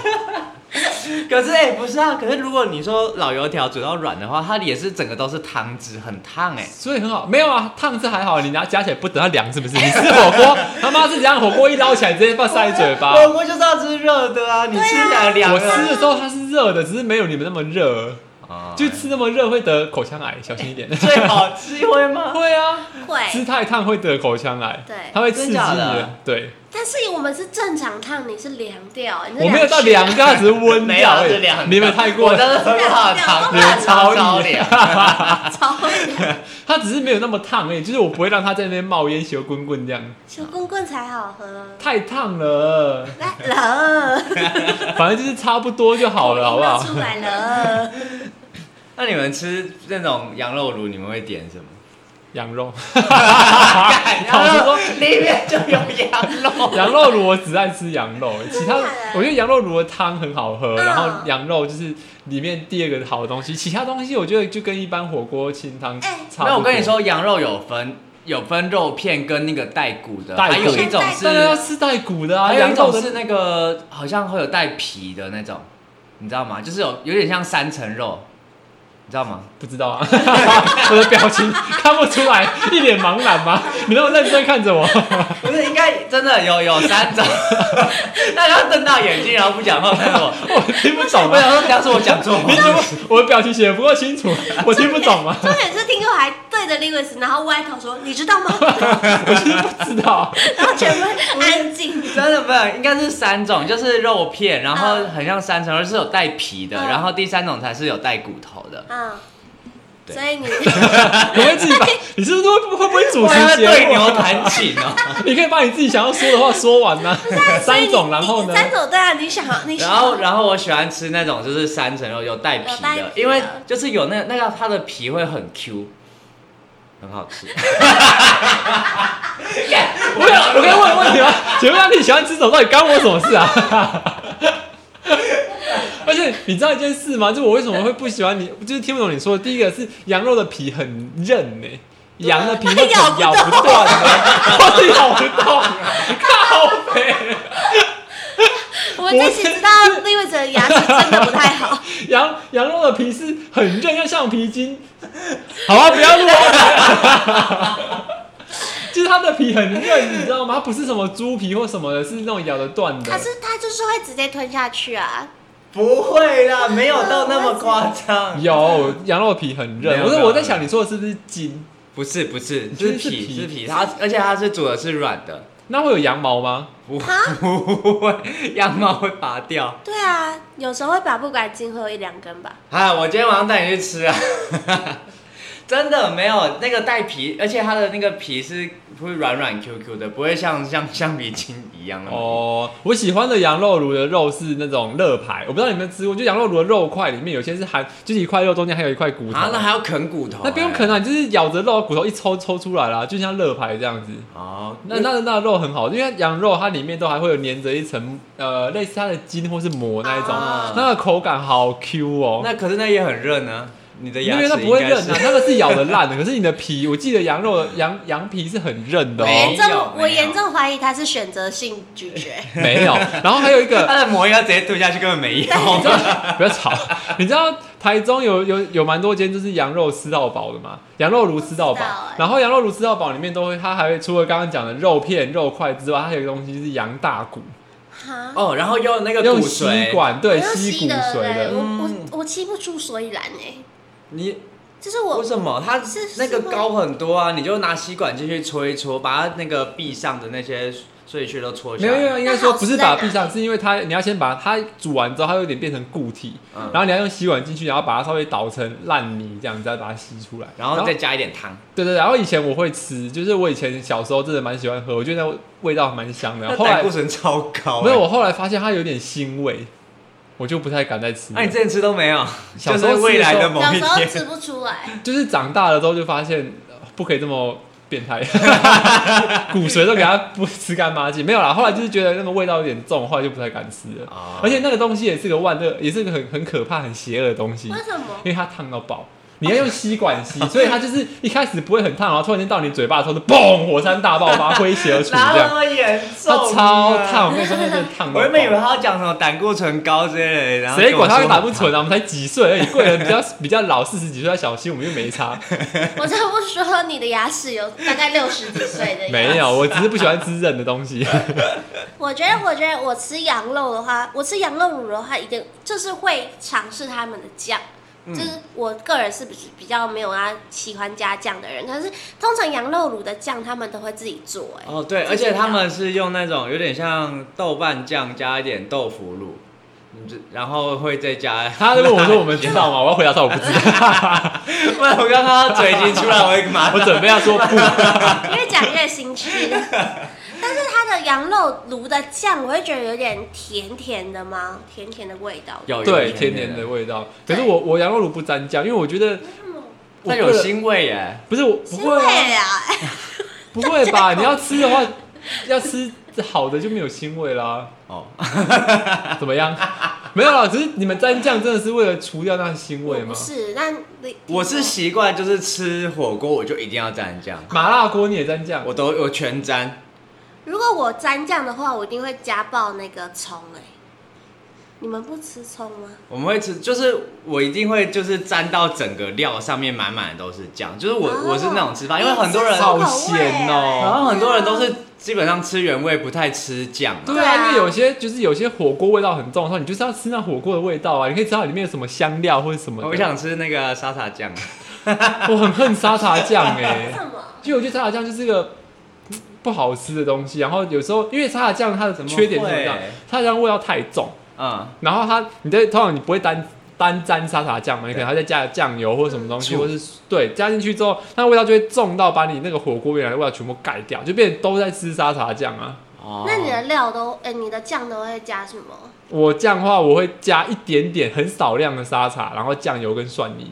[SPEAKER 1] 可是哎、不是啊，可是如果你说老油条煮到软的话，它也是整个都是汤汁，很烫哎、
[SPEAKER 2] 所以很好，没有啊，烫是还好，你拿夹起来不等它凉是不是？你吃火锅，他妈是怎样？火锅一捞起来直接放塞嘴 巴。
[SPEAKER 1] 火锅就是要吃热的啊，你吃起来凉
[SPEAKER 2] 我
[SPEAKER 1] 的
[SPEAKER 2] 吃的时候它是热的，只是没有你们那么热，
[SPEAKER 1] 啊
[SPEAKER 2] 就吃那么热会得口腔癌，小心 一点。
[SPEAKER 1] 最好吃会吗？
[SPEAKER 2] 会啊，吃
[SPEAKER 3] 会，
[SPEAKER 2] 太烫会得口腔癌，
[SPEAKER 3] 对
[SPEAKER 2] 它会刺激你
[SPEAKER 1] 真假的
[SPEAKER 2] 的
[SPEAKER 1] 啊。
[SPEAKER 2] 对，
[SPEAKER 3] 但是我们是正常烫，你是凉掉，你是
[SPEAKER 2] 我没有到凉掉，它只是 温
[SPEAKER 1] 没有
[SPEAKER 2] 掉而已
[SPEAKER 1] 是凉的，
[SPEAKER 2] 你们太过
[SPEAKER 1] 我
[SPEAKER 2] 了。
[SPEAKER 1] 真的喝不到汤，
[SPEAKER 2] 你们超厉
[SPEAKER 1] 凉。
[SPEAKER 3] 吃超 凉，
[SPEAKER 2] 它只是没有那么烫而已，就是我不会让它在那边冒烟、小滚滚这样，
[SPEAKER 3] 小公棍才好喝。
[SPEAKER 2] 太烫了。
[SPEAKER 3] 来了，
[SPEAKER 2] 反正就是差不多就好了，好不
[SPEAKER 3] 我
[SPEAKER 2] 好？
[SPEAKER 3] 出来了，
[SPEAKER 1] 那你们吃那种羊肉炉，你们会点什么？
[SPEAKER 2] 羊肉，啊
[SPEAKER 1] 羊肉里面就有羊肉，
[SPEAKER 2] 羊肉炉我只爱吃羊肉，其他
[SPEAKER 3] 真的假的
[SPEAKER 2] 我觉得羊肉炉的汤很好喝，
[SPEAKER 3] 嗯
[SPEAKER 2] 然后羊肉就是里面第二个好的东西，其他东西我觉得就跟一般火锅清汤
[SPEAKER 3] 哎
[SPEAKER 2] 差不多。
[SPEAKER 1] 没有，我跟你，说，羊肉有分有分肉片跟那个带骨的，
[SPEAKER 2] 带骨
[SPEAKER 1] 还有一种是
[SPEAKER 2] 当然要吃带骨的啊，
[SPEAKER 1] 还有
[SPEAKER 2] 羊
[SPEAKER 1] 一种
[SPEAKER 2] 肉的
[SPEAKER 1] 是那个好像会有带皮的那种，你知道吗？就是有有点像三层肉，知道吗？
[SPEAKER 2] 不知道啊， 我的表情看不出来，一脸茫然吗？你那么认真看着我，
[SPEAKER 1] 不是，应该真的有有三 种，大家瞪大眼睛，然后不讲话看我。
[SPEAKER 2] 我听不懂
[SPEAKER 1] 我
[SPEAKER 2] 啊！
[SPEAKER 1] 想说，当时我讲错话
[SPEAKER 2] 你，怎么 我的表情写的不够清 楚？我听不懂吗？
[SPEAKER 3] 重点是听众还对着 Lewis，然后歪头说：“你知道吗
[SPEAKER 2] 我其实不知道。？”
[SPEAKER 3] 然后全部安静。
[SPEAKER 1] 真的不是，应该是三种，就是肉片，然后很像三层肉，是有带皮的，
[SPEAKER 3] 嗯
[SPEAKER 1] 然后第三种才是有带骨头的。
[SPEAKER 3] 嗯，
[SPEAKER 1] 对
[SPEAKER 3] 所以你
[SPEAKER 2] 你会自 己把，你是不是会会不会主
[SPEAKER 1] 我要
[SPEAKER 2] 持
[SPEAKER 1] 对
[SPEAKER 2] 节
[SPEAKER 1] 牛
[SPEAKER 2] 目？
[SPEAKER 1] 弹琴 哦。
[SPEAKER 2] 你可以把你自己想要说的话说完呐、
[SPEAKER 3] 所以
[SPEAKER 2] 三
[SPEAKER 3] 你
[SPEAKER 2] 种，然后呢
[SPEAKER 3] 你？三种对啊，你想要你想
[SPEAKER 1] 然后，然后我喜欢吃那种就是三层肉有带皮
[SPEAKER 3] 有
[SPEAKER 1] 的，
[SPEAKER 3] 带皮的
[SPEAKER 1] 因为就是有那那个它的皮会很 Q，很好 吃。干
[SPEAKER 2] 我想我刚刚问问题吗？啊请问你喜欢吃什么？到底干我什么事啊？ 而且你知道一件事吗？就我为什么会不喜欢你，就是听不懂你说的。第一个是羊肉的皮很韧呢、羊的皮会
[SPEAKER 3] 啊 咬不
[SPEAKER 2] 很咬不断的、 我是咬不动、啊，靠背。
[SPEAKER 3] 我们这期知道 Lewis 的牙齿真的不太 好，
[SPEAKER 2] 羊羊肉的皮是很韧，像橡皮筋。 好啊，不要录啊！ 就是它的皮很韧，你知道吗？它不是什么猪皮或什么的，是那种咬得断的
[SPEAKER 3] 他。是他就是会直接吞下去啊。
[SPEAKER 1] 不会啦，没有到那么夸张。
[SPEAKER 2] 有羊肉皮很
[SPEAKER 1] 没
[SPEAKER 2] 韧，
[SPEAKER 1] 有
[SPEAKER 2] 我
[SPEAKER 1] 没
[SPEAKER 2] 是
[SPEAKER 1] 有
[SPEAKER 2] 我在想，你说的是不是筋？
[SPEAKER 1] 不是不是，
[SPEAKER 2] 觉
[SPEAKER 1] 是
[SPEAKER 2] 得是
[SPEAKER 1] 皮
[SPEAKER 2] 皮
[SPEAKER 1] 是皮，它而且它是煮的是软的，
[SPEAKER 2] 那会有羊毛吗？
[SPEAKER 1] 不不会， 羊毛会拔掉。
[SPEAKER 3] 对啊，有时候会把不干净，会有一两根吧。
[SPEAKER 1] 啊，我今天晚上带你去吃啊。 真的没有那个带皮，而且它的那个皮是会软软 Q Q 的，不会像像橡皮筋一样那么硬
[SPEAKER 2] 哦，我喜欢的羊肉炉的肉是那种乐排，我不知道你们有没有吃过，就羊肉炉的肉块里面有些是含，就是一块肉中间还有一块骨头。
[SPEAKER 1] 啊，那还要啃骨头、
[SPEAKER 2] 那不用啃
[SPEAKER 1] 啊。
[SPEAKER 2] 啊，你就是咬着肉骨头一抽抽出来啦，就像乐排这样子。
[SPEAKER 1] 哦，那
[SPEAKER 2] 那那那肉很好，因为羊肉它里面都还会有粘着一层呃类似它的筋或是膜那一种，
[SPEAKER 3] 啊
[SPEAKER 2] 那个口感好 Q 哦。
[SPEAKER 1] 那可是那也很韧啊，你的
[SPEAKER 2] 因
[SPEAKER 1] 牙齿
[SPEAKER 2] 为它
[SPEAKER 1] 应
[SPEAKER 2] 不会
[SPEAKER 1] 该
[SPEAKER 2] 韧
[SPEAKER 1] 是
[SPEAKER 2] 啊，那个是咬的烂的，可是你的皮，我记得羊肉的羊羊皮是很韧的
[SPEAKER 3] 我
[SPEAKER 1] 没有没
[SPEAKER 2] 哦
[SPEAKER 3] 严，重
[SPEAKER 1] 有
[SPEAKER 3] 我严重怀疑他是选择性咀 嚼。
[SPEAKER 2] 没有。然后还有一个，
[SPEAKER 1] 它的膜要直接吞下去根本 没用。
[SPEAKER 2] 不要吵，你知道台中有有有蛮多间就是羊肉吃到饱的嘛，羊肉炉吃到饱
[SPEAKER 3] 我知道欸，
[SPEAKER 2] 然后羊肉炉吃到饱里面都会，它还会除了刚刚讲的肉片、肉块之外，它还有一个东西是羊大骨，
[SPEAKER 3] 哈，
[SPEAKER 1] 哦，然后用那个
[SPEAKER 2] 用
[SPEAKER 1] 骨
[SPEAKER 2] 吸
[SPEAKER 1] 髓，
[SPEAKER 2] 管
[SPEAKER 3] 我
[SPEAKER 2] 对
[SPEAKER 3] 要
[SPEAKER 2] 吸骨
[SPEAKER 3] 吸的
[SPEAKER 2] 髓
[SPEAKER 3] 嘞，
[SPEAKER 2] 的，
[SPEAKER 1] 嗯
[SPEAKER 3] 我我我吸不出所以然哎，
[SPEAKER 1] 你
[SPEAKER 3] 就是
[SPEAKER 1] 为
[SPEAKER 3] 我
[SPEAKER 1] 什么它
[SPEAKER 3] 是是
[SPEAKER 1] 那个
[SPEAKER 3] 吗
[SPEAKER 1] 高很多啊？你就拿吸管进去戳一戳，把它那个壁上的那些碎屑都戳下
[SPEAKER 2] 没有，没
[SPEAKER 1] 来。
[SPEAKER 2] 有，应该说不是把它闭上，是因为它你要先把它煮完之后，它有点变成固体，
[SPEAKER 1] 嗯
[SPEAKER 2] 然后你要用吸管进去，然后把它稍微捣成烂泥，这样再把它吸出来，
[SPEAKER 1] 然后再加一点汤，
[SPEAKER 2] 对对，然后以前我会吃，就是我以前小时候真的蛮喜欢喝，我觉得那味道蛮香的。
[SPEAKER 1] 那
[SPEAKER 2] 后来
[SPEAKER 1] 胆固醇超高欸。
[SPEAKER 2] 没有，我后来发现它有点腥味，我就不太敢再吃了。
[SPEAKER 1] 那你之前吃都没有，
[SPEAKER 2] 小
[SPEAKER 1] 就
[SPEAKER 2] 时候
[SPEAKER 1] 是
[SPEAKER 2] 吃的
[SPEAKER 1] 未来
[SPEAKER 2] 时
[SPEAKER 1] 的
[SPEAKER 2] 候
[SPEAKER 1] 某
[SPEAKER 3] 小
[SPEAKER 1] 一
[SPEAKER 3] 时候
[SPEAKER 1] 天。
[SPEAKER 3] 吃不出来，
[SPEAKER 2] 就是长大了之后就发现呃不可以这么变 态，骨髓都给它不吃干抹净。没有啦，后来就是觉得那个味道有点重，后来就不太敢吃了。
[SPEAKER 1] 哦
[SPEAKER 2] 而且那个东西也是个万恶，也是个很很可怕、很邪恶的东西，因
[SPEAKER 3] 为什么？
[SPEAKER 2] 为它烫到爆。你要用吸管吸，所以它就是一开始不会很烫，然后突然间到你嘴巴的时候，就嘣，火山大爆发，挥血而出这
[SPEAKER 1] 哪有那么
[SPEAKER 2] 样。
[SPEAKER 1] 严重
[SPEAKER 2] 它
[SPEAKER 1] 啊？
[SPEAKER 2] 超烫，我跟你说，那真的烫到
[SPEAKER 1] 我原本以为
[SPEAKER 2] 爆。
[SPEAKER 1] 他要讲什么胆固醇高之类的，然后
[SPEAKER 2] 谁管
[SPEAKER 1] 跟
[SPEAKER 2] 它
[SPEAKER 1] 我
[SPEAKER 2] 会
[SPEAKER 1] 说
[SPEAKER 2] 打不纯啊？我们才几岁而已，贵人比较比较老，四十几岁要小心，我们又没差。
[SPEAKER 3] 我这不说你的牙齿有大概六十几岁 的牙齿
[SPEAKER 2] 没有，我只是不喜欢吃韧的东西。
[SPEAKER 3] 我觉得，我觉得我吃羊肉的话，我吃羊肉乳的话，一定就是会尝试他们的酱。
[SPEAKER 1] 嗯
[SPEAKER 3] 就是我个人是比比较没有啊喜欢加酱的人，可是通常羊肉乳的酱他们都会自己做、哎、
[SPEAKER 1] 哦，对，而且他们是用那种有点像豆瓣酱加一点豆腐乳，嗯这然后会再加。
[SPEAKER 2] 他问我说：“我们知道吗？”我要回答说：“我不知道。
[SPEAKER 1] 不然我刚刚嘴已经出来，我会马”
[SPEAKER 2] 我
[SPEAKER 1] 上。
[SPEAKER 2] 准备要说不。
[SPEAKER 3] 越讲越心虚。但是它的羊肉卤的酱，我会觉得有点甜甜的吗？甜甜的味道。
[SPEAKER 1] 有
[SPEAKER 2] 对，甜甜的，味道。可是我我羊肉炉不沾酱，因为我觉得我
[SPEAKER 1] 那
[SPEAKER 2] 个
[SPEAKER 1] 有
[SPEAKER 2] 人
[SPEAKER 1] 腥味耶。
[SPEAKER 2] 不是我不
[SPEAKER 3] 是
[SPEAKER 2] 会啊，
[SPEAKER 3] 会啊，
[SPEAKER 2] 不会吧？你要吃的话，要吃好的就没有腥味啦。
[SPEAKER 1] 哦，
[SPEAKER 2] 怎么样？没有啦，只是你们沾酱真的是为了除掉那腥
[SPEAKER 3] 我
[SPEAKER 2] 味吗
[SPEAKER 3] 不？是，但你
[SPEAKER 1] 我是习惯就是吃火锅我就一定要蘸酱，
[SPEAKER 2] 麻辣锅你也沾酱，
[SPEAKER 1] 我都我全沾。
[SPEAKER 3] 如果我沾酱的话，我一定会加爆那个葱哎、欸你们不吃葱吗？
[SPEAKER 1] 我们会吃，就是我一定会就是沾到整个料上面满满的都是酱，就是我、
[SPEAKER 3] 哦
[SPEAKER 1] 我是那种吃法，因为很多人
[SPEAKER 2] 啊哎好
[SPEAKER 3] 你吃
[SPEAKER 2] 咸
[SPEAKER 3] 口味
[SPEAKER 2] 哦
[SPEAKER 3] 欸
[SPEAKER 1] 然后很多人都是基本上吃原味，不太吃酱嘛。
[SPEAKER 2] 对
[SPEAKER 3] 对
[SPEAKER 2] 啊，
[SPEAKER 3] 啊
[SPEAKER 2] 因为有些就是有些火锅味道很重的时候，你就是要吃那火锅的味道啊，你可以知道里面有什么香料或者什么的。
[SPEAKER 1] 我想吃那个沙茶酱，
[SPEAKER 2] 我很恨沙茶酱哎、
[SPEAKER 3] 什么？
[SPEAKER 2] 就我觉得沙茶酱就是个嗯不好吃的东西，然后有时候因为沙茶酱它的
[SPEAKER 1] 怎么
[SPEAKER 2] 缺点是什么
[SPEAKER 1] 会
[SPEAKER 2] 样？沙茶酱味道太重，
[SPEAKER 1] 嗯，
[SPEAKER 2] 然后它你在通常你不会单单沾沙茶酱嘛，你可能还再加酱油或者什么东西，
[SPEAKER 1] 醋
[SPEAKER 2] 或是对加进去之后，那味道就会重到把你那个火锅原来的味道全部盖掉，就变成都在吃沙茶酱啊。
[SPEAKER 1] 哦
[SPEAKER 3] 那你的料都，哎、你的酱都会加 什么？
[SPEAKER 2] 我酱的话，我会加一点点很少量的沙茶，然后酱油跟蒜泥。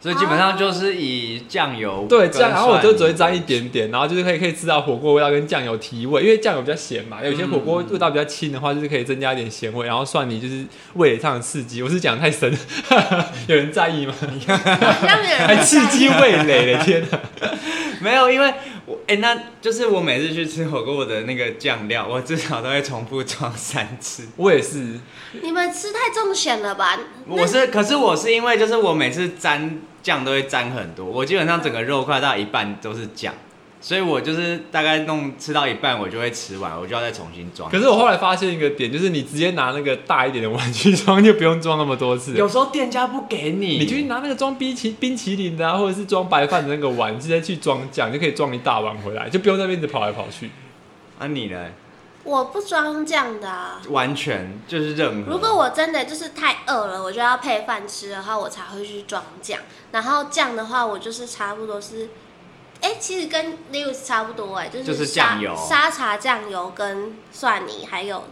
[SPEAKER 1] 所以基本上就是以酱油
[SPEAKER 2] 对，
[SPEAKER 1] 跟
[SPEAKER 2] 酱，然后我
[SPEAKER 1] 蒜
[SPEAKER 2] 就只会沾一点点，然后就是可以可以吃到火锅味道跟酱油提味，因为酱油比较咸
[SPEAKER 1] 嗯
[SPEAKER 2] 嘛，有些火锅味道比较轻的话，就是可以增加一点咸味，然后蒜泥就是味蕾上的刺激。我是讲得太深，有人在意吗？
[SPEAKER 3] 让别 人
[SPEAKER 2] 还刺激味蕾嘞，天哪！
[SPEAKER 1] 没有，因为我哎、那就是我每次去吃火锅，我的那个酱料，我至少都会重复装三次。
[SPEAKER 2] 我也是，
[SPEAKER 3] 你们吃太重咸了吧？
[SPEAKER 1] 我是，可是我是因为就是我每次沾酱都会沾很多，我基本上整个肉块到一半都是酱，所以我就是大概弄吃到一半，我就会吃完，我就要再重新装。
[SPEAKER 2] 可是我后来发现一个点，就是你直接拿那个大一点的碗去装，就不用装那么多次。
[SPEAKER 1] 有时候店家不给你，
[SPEAKER 2] 你就去拿那个装冰淇冰淇淋的啊，或者是装白饭的那个碗，直接去装酱，就可以装一大碗回来，就不用在那边一直跑来跑去。
[SPEAKER 1] 啊你呢？
[SPEAKER 3] 我不装酱的啊。
[SPEAKER 1] 完全就是任何。
[SPEAKER 3] 如果我真的就是太饿了，我就要配饭吃的话，我才会去装酱。然后酱的话，我就是差不多是，哎、其实跟 Lewis 差不多哎、就是
[SPEAKER 1] 就是
[SPEAKER 3] 沙
[SPEAKER 1] 酱油
[SPEAKER 3] 沙茶酱油跟蒜泥，还有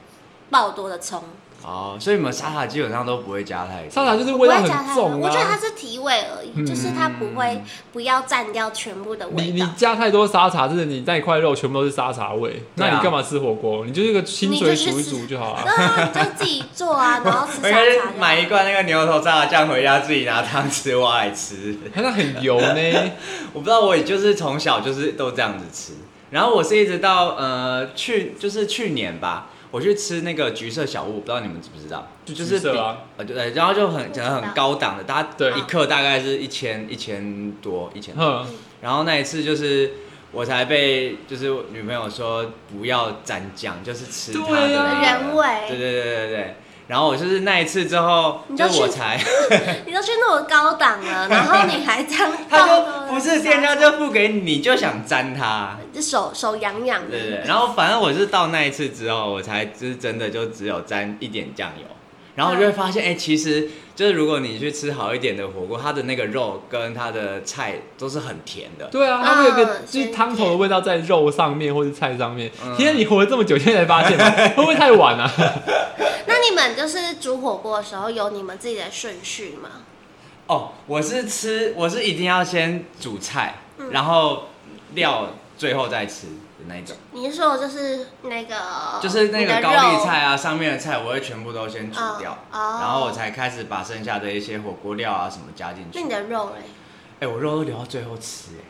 [SPEAKER 3] 爆多的葱。
[SPEAKER 1] 哦，所以你们沙茶基本上都不会加太多。
[SPEAKER 2] 沙茶就是
[SPEAKER 3] 我
[SPEAKER 2] 味道
[SPEAKER 3] 会
[SPEAKER 2] 很
[SPEAKER 3] 加它，
[SPEAKER 2] 重
[SPEAKER 3] 我觉得它
[SPEAKER 2] 啊。
[SPEAKER 3] 是提味而已，
[SPEAKER 2] 嗯
[SPEAKER 3] 就是它不会不要占掉全部的
[SPEAKER 2] 你
[SPEAKER 3] 味
[SPEAKER 2] 你
[SPEAKER 3] 道。
[SPEAKER 2] 加太多沙茶，真的你那一块肉全部都是沙茶味，
[SPEAKER 1] 对啊
[SPEAKER 2] 那你干嘛吃火锅？你就是个清水煮一煮就好啊。
[SPEAKER 3] 对啊，你就自己做 啊，然后吃
[SPEAKER 1] 我
[SPEAKER 3] 沙
[SPEAKER 1] 应
[SPEAKER 3] 茶
[SPEAKER 1] 该
[SPEAKER 3] 就好
[SPEAKER 1] 是。买一罐那个牛头沙茶酱回家，自己拿汤匙挖来吃。
[SPEAKER 2] 它那很油呢，
[SPEAKER 1] 我不知道，我也就是从小就是都这样子吃。然后我是一直到呃去就是去年吧，我去吃那个橘色小屋，我不知道你们知不知道，就就是
[SPEAKER 2] 橘色啊
[SPEAKER 1] 比呃对，然后就很
[SPEAKER 3] 我知
[SPEAKER 1] 讲
[SPEAKER 3] 道
[SPEAKER 1] 很高档的，大家
[SPEAKER 2] 对啊
[SPEAKER 1] 一克大概是一千一千多一千。
[SPEAKER 2] 哼，
[SPEAKER 1] 然后那一次就是我才被就是我女朋友说不要沾酱，就是吃它的
[SPEAKER 2] 对啊
[SPEAKER 1] 那个
[SPEAKER 3] 原味
[SPEAKER 1] 对对对对对。然后我就是那一次之后，
[SPEAKER 3] 你
[SPEAKER 1] 就
[SPEAKER 3] 就是
[SPEAKER 1] 我
[SPEAKER 3] 去
[SPEAKER 1] 才。
[SPEAKER 3] 你都去那么高档了，然后你还这样
[SPEAKER 1] 他
[SPEAKER 3] 爆
[SPEAKER 1] 就
[SPEAKER 3] 多的
[SPEAKER 1] 不是店家就不给你，你就想沾它，
[SPEAKER 3] 这手手痒痒的。
[SPEAKER 1] 对不对？然后反正我是到那一次之后，我才就是真的就只有沾一点酱油，然后我就会
[SPEAKER 3] 嗯
[SPEAKER 1] 发现，哎、其实就是如果你去吃好一点的火锅，它的那个肉跟它的菜都是很甜的，
[SPEAKER 2] 对啊，它会有一个
[SPEAKER 3] 嗯
[SPEAKER 2] 就是汤头的味道在肉上面或是菜上面
[SPEAKER 1] 嗯。
[SPEAKER 2] 天啊，你活了这么久，现在才发现吗， 会不会太晚啊？
[SPEAKER 3] 那你们就是煮火锅的时候有你们自己的顺序吗？
[SPEAKER 1] 哦，我是吃，我是一定要先煮菜，
[SPEAKER 3] 嗯
[SPEAKER 1] 然后料最后再吃的那一种，
[SPEAKER 3] 你是说就是那个，
[SPEAKER 1] 就是那个
[SPEAKER 3] 哦你的
[SPEAKER 1] 高丽
[SPEAKER 3] 肉
[SPEAKER 1] 菜啊，上面的菜我会全部都先煮
[SPEAKER 3] 嗯
[SPEAKER 1] 掉，
[SPEAKER 3] 哦
[SPEAKER 1] 然后我才开始把剩下的一些火锅料啊什么加进去。
[SPEAKER 3] 那你的肉嘞？
[SPEAKER 1] 哎、我肉都留到最后吃、哎，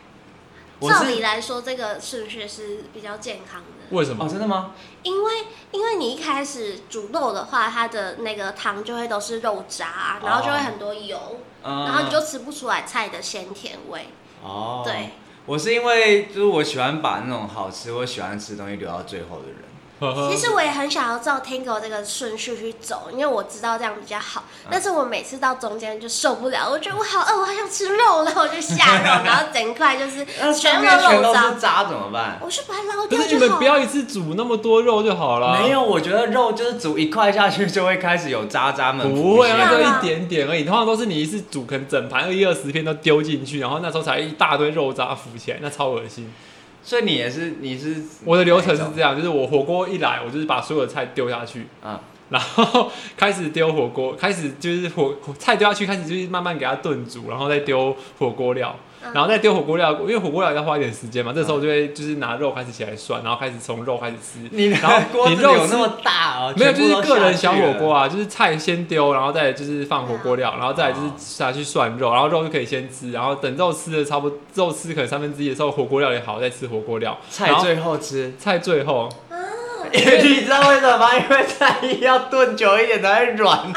[SPEAKER 1] 我
[SPEAKER 3] 照理
[SPEAKER 1] 是
[SPEAKER 3] 来说，这个顺序是比较健康的，
[SPEAKER 2] 为什
[SPEAKER 1] 哦，
[SPEAKER 2] 么？
[SPEAKER 1] 真的吗？
[SPEAKER 3] 因为因为你一开始煮肉的话，它的那个汤就会都是肉渣，然后就会很多油，
[SPEAKER 1] 哦嗯
[SPEAKER 3] 然后你就吃不出来菜的鲜甜味。
[SPEAKER 1] 哦，
[SPEAKER 3] 对，，
[SPEAKER 1] 我是因为就是我喜欢把那种好吃我喜欢吃的东西留到最后的人。
[SPEAKER 2] 呵呵
[SPEAKER 3] 其实我也很想要照 Tango 这个顺序去走，因为我知道这样比较好。
[SPEAKER 2] 啊
[SPEAKER 3] 但是我每次到中间就受不了，我觉得我好饿，我好想吃肉，然后我就下肉，然后整块 就是
[SPEAKER 1] 那上
[SPEAKER 3] 全
[SPEAKER 1] 面
[SPEAKER 3] 都
[SPEAKER 1] 全
[SPEAKER 3] 肉
[SPEAKER 1] 都
[SPEAKER 3] 渣
[SPEAKER 1] 是，渣怎么办？
[SPEAKER 3] 我去把它捞
[SPEAKER 2] 可
[SPEAKER 3] 掉
[SPEAKER 2] 是你
[SPEAKER 3] 就
[SPEAKER 2] 们
[SPEAKER 3] 好
[SPEAKER 2] 不。 要一次煮那么多肉就好了。
[SPEAKER 1] 没有，我觉得肉就是煮一块下去就会开始有渣渣们
[SPEAKER 2] 不会，
[SPEAKER 1] 浮
[SPEAKER 2] 那
[SPEAKER 1] 现
[SPEAKER 3] 不
[SPEAKER 2] 就
[SPEAKER 3] 会
[SPEAKER 2] 一点点而已。通常都是你一次煮，可能整盘二一二十片都丢进去，然后那时候才一大堆肉渣浮起来，那超恶心。
[SPEAKER 1] 所以你也是你是
[SPEAKER 2] 我的流程是
[SPEAKER 1] 哪一
[SPEAKER 2] 这样，就是我火锅一来，我就是把所有的菜丢下去，
[SPEAKER 1] 种啊，
[SPEAKER 2] 然后 开始丢火锅，开始就是火火菜丢下去，开始就是慢慢给它炖煮，然后再丢火锅料，
[SPEAKER 3] 嗯
[SPEAKER 2] 然后再丢火锅料，因为火锅料要花一点时间嘛。这时候
[SPEAKER 1] 嗯
[SPEAKER 2] 我就会就是拿肉开始起来涮，然后开始从肉开始吃。
[SPEAKER 1] 你的
[SPEAKER 2] 然后
[SPEAKER 1] 锅
[SPEAKER 2] 你
[SPEAKER 1] 子
[SPEAKER 2] 肉
[SPEAKER 1] 有
[SPEAKER 2] 吃
[SPEAKER 1] 那么大哦？
[SPEAKER 2] 没有，就
[SPEAKER 1] 全部
[SPEAKER 2] 是
[SPEAKER 1] 都
[SPEAKER 2] 个人
[SPEAKER 1] 下
[SPEAKER 2] 小
[SPEAKER 1] 去
[SPEAKER 2] 火
[SPEAKER 1] 了
[SPEAKER 2] 锅啊，就是菜先丢，然后再就是放火锅料，然后再来就是
[SPEAKER 1] 哦
[SPEAKER 2] 下去涮肉，然后肉就可以先吃，然后等肉吃的差不多，肉吃可能三分之一的时候，火锅料也好，再吃火锅料，
[SPEAKER 1] 菜
[SPEAKER 2] 然后
[SPEAKER 1] 最后吃，
[SPEAKER 2] 菜最后，
[SPEAKER 1] 你知道为什么吗？因为菜叶要炖久一点才会软。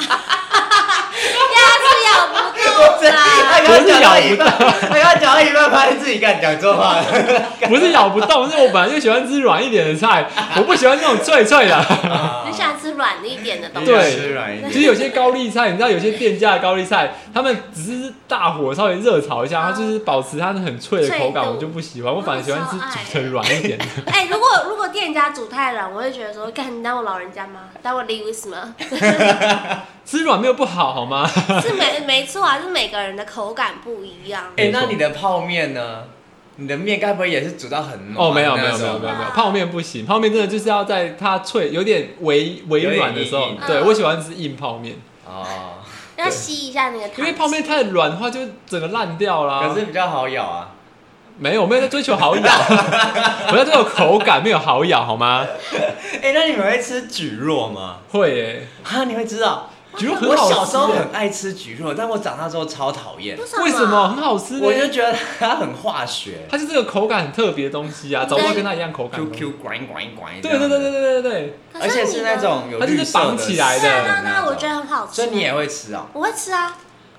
[SPEAKER 3] 鸭子咬不
[SPEAKER 1] 我
[SPEAKER 3] 动
[SPEAKER 1] 真，他
[SPEAKER 3] 啦。
[SPEAKER 1] 刚讲到一半，他刚讲到一半，发现自己干讲错话了。
[SPEAKER 2] 不是咬不动，是我本来就喜欢吃软一点的菜，我不喜欢那种脆脆的。
[SPEAKER 1] 啊
[SPEAKER 3] 你想吃软一点的东西？
[SPEAKER 2] 对
[SPEAKER 1] 吃软一点。
[SPEAKER 2] 其实有些高丽菜，你知道有些店家的高丽菜，他们只是大火稍微热炒一下，它就是保持它的很脆的口
[SPEAKER 3] 脆
[SPEAKER 2] 感，
[SPEAKER 3] 度
[SPEAKER 2] 我就不喜欢。我反而喜欢吃煮成软一点的。
[SPEAKER 3] 哎、如果如果店家煮太软，我会觉得说，干你当我老人家吗？当我 Lewis 吗？
[SPEAKER 2] 吃软没有不好，好 吗？
[SPEAKER 3] 是没没错啊，是每个人的口感不一 样。
[SPEAKER 1] 哎、那你的泡面呢？你的面该不会也是煮到很
[SPEAKER 2] 哦，
[SPEAKER 1] 软
[SPEAKER 2] 没有
[SPEAKER 1] 的
[SPEAKER 2] 没有
[SPEAKER 1] 那
[SPEAKER 2] 没
[SPEAKER 1] 种吧？
[SPEAKER 2] 有没有没有，泡面不行，泡面真的就是要在它脆有点微微软的时
[SPEAKER 1] 有
[SPEAKER 2] 候
[SPEAKER 1] 点硬，
[SPEAKER 2] 对
[SPEAKER 3] 嗯
[SPEAKER 2] 我喜欢吃硬泡面，
[SPEAKER 1] 哦，
[SPEAKER 3] 要吸一下那个汤汁，
[SPEAKER 2] 因为泡面太软的话就整个烂掉啦。
[SPEAKER 1] 可是比较好咬啊。
[SPEAKER 2] 没有，我没有在追 求好咬，我在追求口感，没有好咬，好吗？
[SPEAKER 1] 哎、那你们会吃蒟蒻吗？
[SPEAKER 2] 会耶，
[SPEAKER 1] 啊，你会知道，
[SPEAKER 2] 橘肉很
[SPEAKER 1] 我
[SPEAKER 2] 好吃耶。
[SPEAKER 1] 小时候很爱吃蒟蒻，但我长大之后超讨厌。
[SPEAKER 3] 什么？
[SPEAKER 2] 为什么很好吃呢？
[SPEAKER 1] 我就觉得它很化学
[SPEAKER 2] 它是这个口感很特别的东西啊，找不到跟它一样口感的
[SPEAKER 1] ，Q
[SPEAKER 2] 东西。
[SPEAKER 1] Q 管管管。
[SPEAKER 2] 对对对对，对对
[SPEAKER 3] 啊
[SPEAKER 2] 对，
[SPEAKER 1] 而且是那种有
[SPEAKER 2] 它就是
[SPEAKER 1] 绿色
[SPEAKER 2] 绑起来
[SPEAKER 3] 对
[SPEAKER 2] 的
[SPEAKER 1] 色
[SPEAKER 3] 啊，那
[SPEAKER 1] 种
[SPEAKER 3] 我觉得很好吃。
[SPEAKER 1] 所以你也会吃哦？
[SPEAKER 3] 我会吃啊，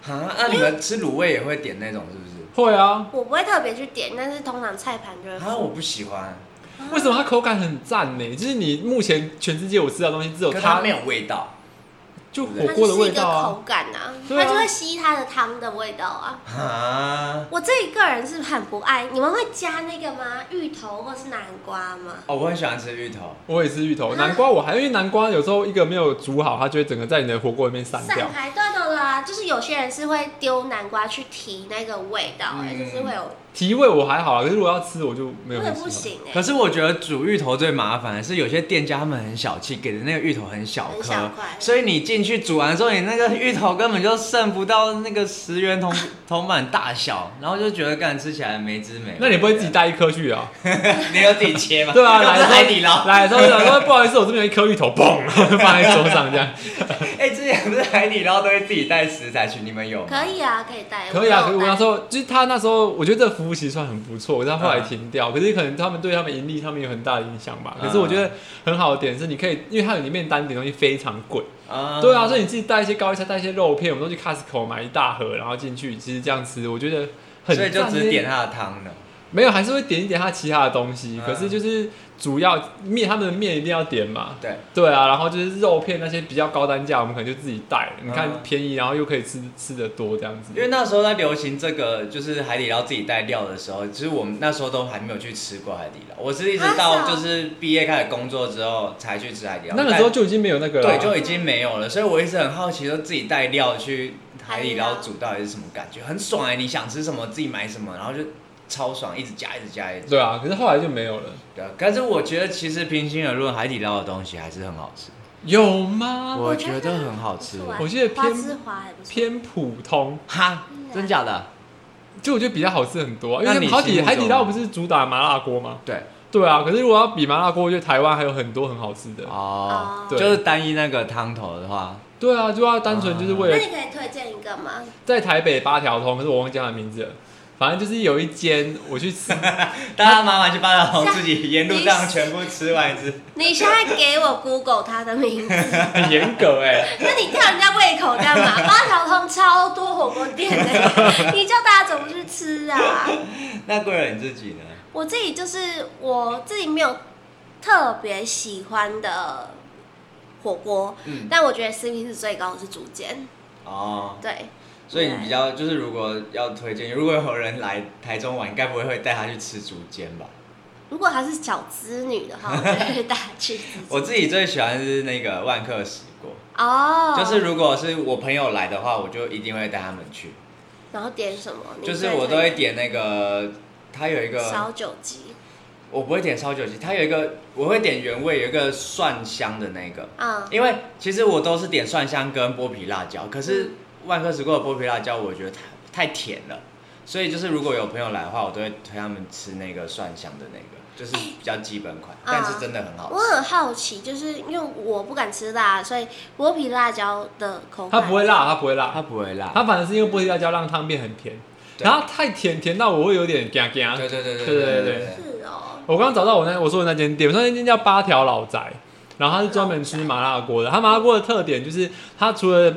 [SPEAKER 1] 啊，那你们吃卤味也会点那种是不是？
[SPEAKER 2] 会啊。
[SPEAKER 3] 我不会特别去点，但是通常菜盘就会
[SPEAKER 1] 啊，
[SPEAKER 3] 附。
[SPEAKER 1] 我不喜欢，
[SPEAKER 2] 为什么它口感很赞呢？就是你目前全世界我吃到的东西只有
[SPEAKER 1] 可它
[SPEAKER 2] 它
[SPEAKER 1] 没，有味道。
[SPEAKER 2] 就
[SPEAKER 3] 它
[SPEAKER 2] 火
[SPEAKER 3] 就
[SPEAKER 2] 锅的
[SPEAKER 3] 是
[SPEAKER 2] 味
[SPEAKER 3] 一个
[SPEAKER 2] 道啊。
[SPEAKER 3] 口感啊，
[SPEAKER 2] 对啊
[SPEAKER 3] 它就会吸它的汤的味道啊。
[SPEAKER 1] 啊，
[SPEAKER 3] 我自己个人是很不爱，你们会加那个吗？芋头或是南瓜吗？
[SPEAKER 1] 哦，我很喜欢吃芋头，
[SPEAKER 2] 我也吃芋头，
[SPEAKER 3] 啊
[SPEAKER 2] 南瓜我还因为南瓜有时候一个没有煮好，它就会整个在你的火锅里面散啊掉
[SPEAKER 3] 散。开，对对对啊，就是有些人是会丢南瓜去提那个味道、哎、
[SPEAKER 1] 嗯
[SPEAKER 3] 就是会有，
[SPEAKER 2] 提味我还好啊，可是如果要吃我就没有
[SPEAKER 3] 我
[SPEAKER 2] 很
[SPEAKER 3] 也
[SPEAKER 2] 喜欢。
[SPEAKER 3] 不行哎、
[SPEAKER 1] 可是我觉得煮芋头最麻烦的是，有些店家他们很小气，给的那个芋头很小
[SPEAKER 3] 很
[SPEAKER 1] 颗
[SPEAKER 3] 小块，
[SPEAKER 1] 所以你进去煮完之后，你那个芋头根本就剩不到那个十元铜 铜板大小，然后就觉得干吃起来没滋没味。
[SPEAKER 2] 那你不会自己带一颗去啊？
[SPEAKER 1] 你有自己切吗？
[SPEAKER 2] 对啊，
[SPEAKER 1] 又不
[SPEAKER 2] 来的
[SPEAKER 1] 是
[SPEAKER 2] 时候
[SPEAKER 1] 海底捞。
[SPEAKER 2] 来的时候想说不好意思，我这边有一颗芋头，嘣 放在桌上这样。
[SPEAKER 1] 哎，之前不是海底捞都会自己带食材去，你们有吗？
[SPEAKER 3] 可以啊，可以
[SPEAKER 1] 哎
[SPEAKER 3] 带，
[SPEAKER 2] 可以啊，可以。
[SPEAKER 3] 我
[SPEAKER 2] 我那时
[SPEAKER 3] 候
[SPEAKER 2] 候就是他那时候，我觉得这服务其实算很不错，可是他后
[SPEAKER 1] 啊
[SPEAKER 2] 来停掉。可是可能他们对他们盈利上面有很大的影响吧。
[SPEAKER 1] 嗯
[SPEAKER 2] 可是我觉得很好的点是，你可以，因为它里面单点东西非常贵。
[SPEAKER 1] 啊
[SPEAKER 2] 对啊，所以你自己带一些高丽菜，带一些肉片，我们都去 Costco 买一大盒，然后进去其实这样吃，我觉得很
[SPEAKER 1] 所以就
[SPEAKER 2] 赞
[SPEAKER 1] 只
[SPEAKER 2] 耶
[SPEAKER 1] 点它的汤呢。
[SPEAKER 2] 没有，还是会点一点它其他的东西。
[SPEAKER 1] 嗯
[SPEAKER 2] 可是就是主要面，他们的面一定要点嘛。
[SPEAKER 1] 对，
[SPEAKER 2] 对啊，然后就是肉片那些比较高单价，我们可能就自己带。你看
[SPEAKER 1] 嗯
[SPEAKER 2] 便宜，然后又可以吃吃的多这样子。
[SPEAKER 1] 因为那时候在流行这个，就是海底捞自己带料的时候，其实我们那时候都还没有去吃过海底捞，我是一直
[SPEAKER 3] 啊
[SPEAKER 1] 到
[SPEAKER 3] 是哦
[SPEAKER 1] 就是毕业开始工作之后才去吃海底捞。
[SPEAKER 2] 那个时候就已经没有那个
[SPEAKER 1] 但
[SPEAKER 2] 了啊。
[SPEAKER 1] 对就已经没有了，所以我一直很好奇，说自己带料去海底
[SPEAKER 3] 海
[SPEAKER 1] 捞
[SPEAKER 3] 底捞
[SPEAKER 1] 煮到底是什么感觉，很爽哎、你想吃什么自己买什么，然后就超爽，一直加一直加一直加。
[SPEAKER 2] 对啊，可是后来就没有了。
[SPEAKER 1] 对啊，但是我觉得其实平心而论，海底捞的东西还是很好吃，
[SPEAKER 2] 有吗？
[SPEAKER 1] 我觉得很好吃。
[SPEAKER 2] 我记得
[SPEAKER 3] 花
[SPEAKER 2] 偏
[SPEAKER 3] 枝华很不错
[SPEAKER 2] 偏普通，
[SPEAKER 1] 哈，真假的？
[SPEAKER 2] 就我觉得比较好吃很多、啊，因
[SPEAKER 1] 那
[SPEAKER 2] 为
[SPEAKER 1] 你
[SPEAKER 2] 好
[SPEAKER 1] 心
[SPEAKER 2] 几
[SPEAKER 1] 目
[SPEAKER 2] 海底
[SPEAKER 1] 中
[SPEAKER 2] 捞不是主打麻辣锅吗？
[SPEAKER 1] 对，
[SPEAKER 2] 对啊，可是如果要比麻辣锅，我觉得台湾还有很多很好吃的。
[SPEAKER 1] 哦
[SPEAKER 3] 哦，
[SPEAKER 2] 对
[SPEAKER 1] 就是单一那个汤头的话，
[SPEAKER 2] 对啊，就要单纯就是为
[SPEAKER 3] 那
[SPEAKER 2] 了
[SPEAKER 1] 啊
[SPEAKER 3] 你可以推荐一个吗？
[SPEAKER 2] 在台北八条通，可是我忘记它的名字了。反正就是有一间我 去吃，
[SPEAKER 1] 大家麻烦去八达通自己沿路这样全部吃完一次。
[SPEAKER 3] 你现在给我 Google 它的名字，
[SPEAKER 2] 很 严格哎、
[SPEAKER 3] 那你吊人家胃口干嘛？八条通超多火锅店的，你叫大家怎么去吃啊？
[SPEAKER 1] 那贵人你自己呢？
[SPEAKER 3] 我自己就是我自己没有特别喜欢的火锅，
[SPEAKER 1] 嗯，
[SPEAKER 3] 但我觉得 CP 是最高的是竹间，
[SPEAKER 1] 哦，
[SPEAKER 3] 对，
[SPEAKER 1] 所以你比较就是如果要推荐，如果有人来台中玩，该不会会带他去吃竹间吧？
[SPEAKER 3] 如果她是小资女的话， 我就会带她去竹间
[SPEAKER 1] 我自己最喜欢是那个万客石锅，
[SPEAKER 3] 哦，
[SPEAKER 1] 就是如果是我朋友来的话，我就一定会带他们去，
[SPEAKER 3] 然后点什么？你
[SPEAKER 1] 就是
[SPEAKER 3] 最
[SPEAKER 1] 我都会点那个。它有一
[SPEAKER 3] 推荐烧
[SPEAKER 1] 个，
[SPEAKER 3] 酒鸡，
[SPEAKER 1] 我不会点烧酒鸡，它有一个我会点原味，有一个蒜香的那个，
[SPEAKER 3] 嗯，
[SPEAKER 1] 因为其实我都是点蒜香跟剥皮辣椒，可是万科石锅的剥皮辣椒我觉得太太甜了，所以就是如果有朋友来的话，我都会推他们吃那个蒜香的那个，就是比较基本款，但是真的很好
[SPEAKER 3] 我
[SPEAKER 1] 吃。
[SPEAKER 3] 很好奇，就是因为我不敢吃辣，所以剥皮辣椒的口
[SPEAKER 2] 它
[SPEAKER 3] 感，
[SPEAKER 2] 不会辣，它不会
[SPEAKER 1] 它
[SPEAKER 2] 辣，
[SPEAKER 1] 不会辣，
[SPEAKER 2] 它反而是因为剥皮辣椒让汤变很甜，
[SPEAKER 1] 对
[SPEAKER 2] 然后太甜甜到我会有点嘎嘎。
[SPEAKER 1] 对对对
[SPEAKER 2] 对对
[SPEAKER 1] 对
[SPEAKER 2] 对
[SPEAKER 1] 对
[SPEAKER 3] 是哦，
[SPEAKER 2] 我刚刚找到我那我说的那间店，我说那间叫八条老宅，然后它是专门吃麻辣锅的。它麻辣锅的特点就是它除了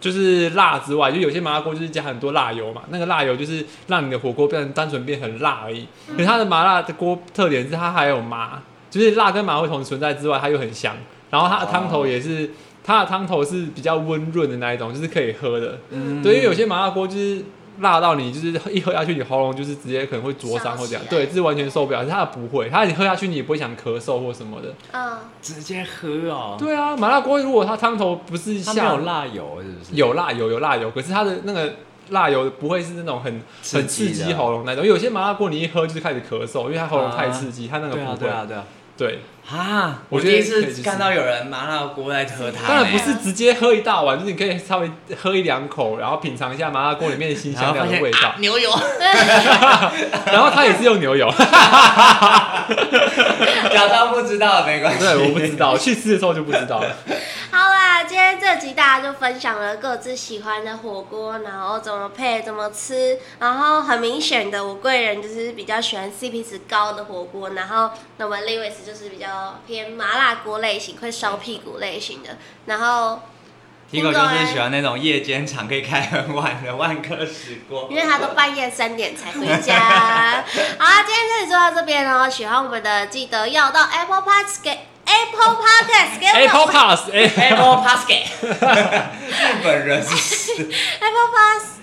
[SPEAKER 2] 就是辣之外，就有些麻辣锅就是加很多辣油嘛，那个辣油就是让你的火锅变成单纯变很辣而已。可是它的麻辣的锅特点是它还有麻，就是辣跟麻会同时存在之外，它又很香。然后它的汤头也是，它的汤头是比较温润的那一种，就是可以喝的。
[SPEAKER 1] 嗯
[SPEAKER 2] 对，因为有些麻辣锅就是辣到你，就是一喝下去，你喉咙就是直接可能会灼伤或怎样
[SPEAKER 3] 烧，起来
[SPEAKER 2] 对，这是完全受不了。它不会，它你喝下去你也不会想咳嗽或什么的。
[SPEAKER 3] 嗯，
[SPEAKER 1] 直接喝哦，
[SPEAKER 2] 对啊，麻辣锅如果它汤头不是
[SPEAKER 1] 它没有
[SPEAKER 2] 像
[SPEAKER 1] 辣油是不是？
[SPEAKER 2] 有辣油有辣油，可是它的那个辣油不会是那种很很刺激
[SPEAKER 1] 好，
[SPEAKER 2] 喉咙那种。有些麻辣锅你一喝就是开始咳嗽，因为它喉咙太刺激，它那个
[SPEAKER 1] 对啊
[SPEAKER 2] 不
[SPEAKER 1] 对
[SPEAKER 2] 会。
[SPEAKER 1] 啊对啊，
[SPEAKER 2] 对，
[SPEAKER 1] 啊！
[SPEAKER 2] 我
[SPEAKER 1] 我
[SPEAKER 2] 觉
[SPEAKER 1] 第
[SPEAKER 2] 得
[SPEAKER 1] 一
[SPEAKER 2] 可以去
[SPEAKER 1] 次
[SPEAKER 2] 吃
[SPEAKER 1] 看到有人麻辣锅在喝汤欸，
[SPEAKER 2] 当然不是直接喝一大碗，就是你可以稍微喝一两口，然后品尝一下麻辣锅里面的辛
[SPEAKER 1] 然
[SPEAKER 2] 香
[SPEAKER 1] 后
[SPEAKER 2] 料
[SPEAKER 1] 发
[SPEAKER 2] 的
[SPEAKER 1] 现
[SPEAKER 2] 味道
[SPEAKER 1] 啊。牛油，
[SPEAKER 2] 然后它也是用牛油。
[SPEAKER 1] 假装不知道没关系。
[SPEAKER 2] 对，我不知道，去吃的时候就不知道 了。
[SPEAKER 3] 好啦，今天这集大家就分享了各自喜欢的火锅，然后怎么配、怎么吃，然后很明显的，我贵人就是比较喜欢 CP 值高的火锅，然后那么 Lewis 就是比较偏麻辣锅类型，会烧屁股类型的，然后
[SPEAKER 1] Tigo
[SPEAKER 2] 哎
[SPEAKER 1] 就是喜欢那种夜间场可以开很晚的万科石锅
[SPEAKER 3] 因。为他都半夜三点才回家。 好啦，今天这里就到这边哦。喜欢我们的，记得要到 Apple Podcast 给 Apple Podcast 给我们
[SPEAKER 2] Apple Pass，哎、
[SPEAKER 1] Apple Pascal，日本人是不是
[SPEAKER 3] Apple Podcast。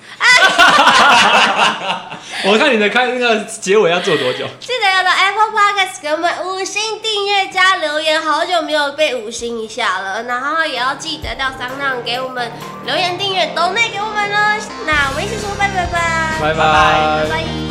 [SPEAKER 2] 我看你的开那个结尾要做多久？
[SPEAKER 3] 记得要到 Apple Podcast 给我们五星订阅加留言，好久没有被五星一下了。然后也要记得到商浪给我们留言、订阅、抖内给我们哦。那我们一起说拜拜吧，
[SPEAKER 2] 拜
[SPEAKER 1] 拜
[SPEAKER 2] 拜
[SPEAKER 3] 拜。拜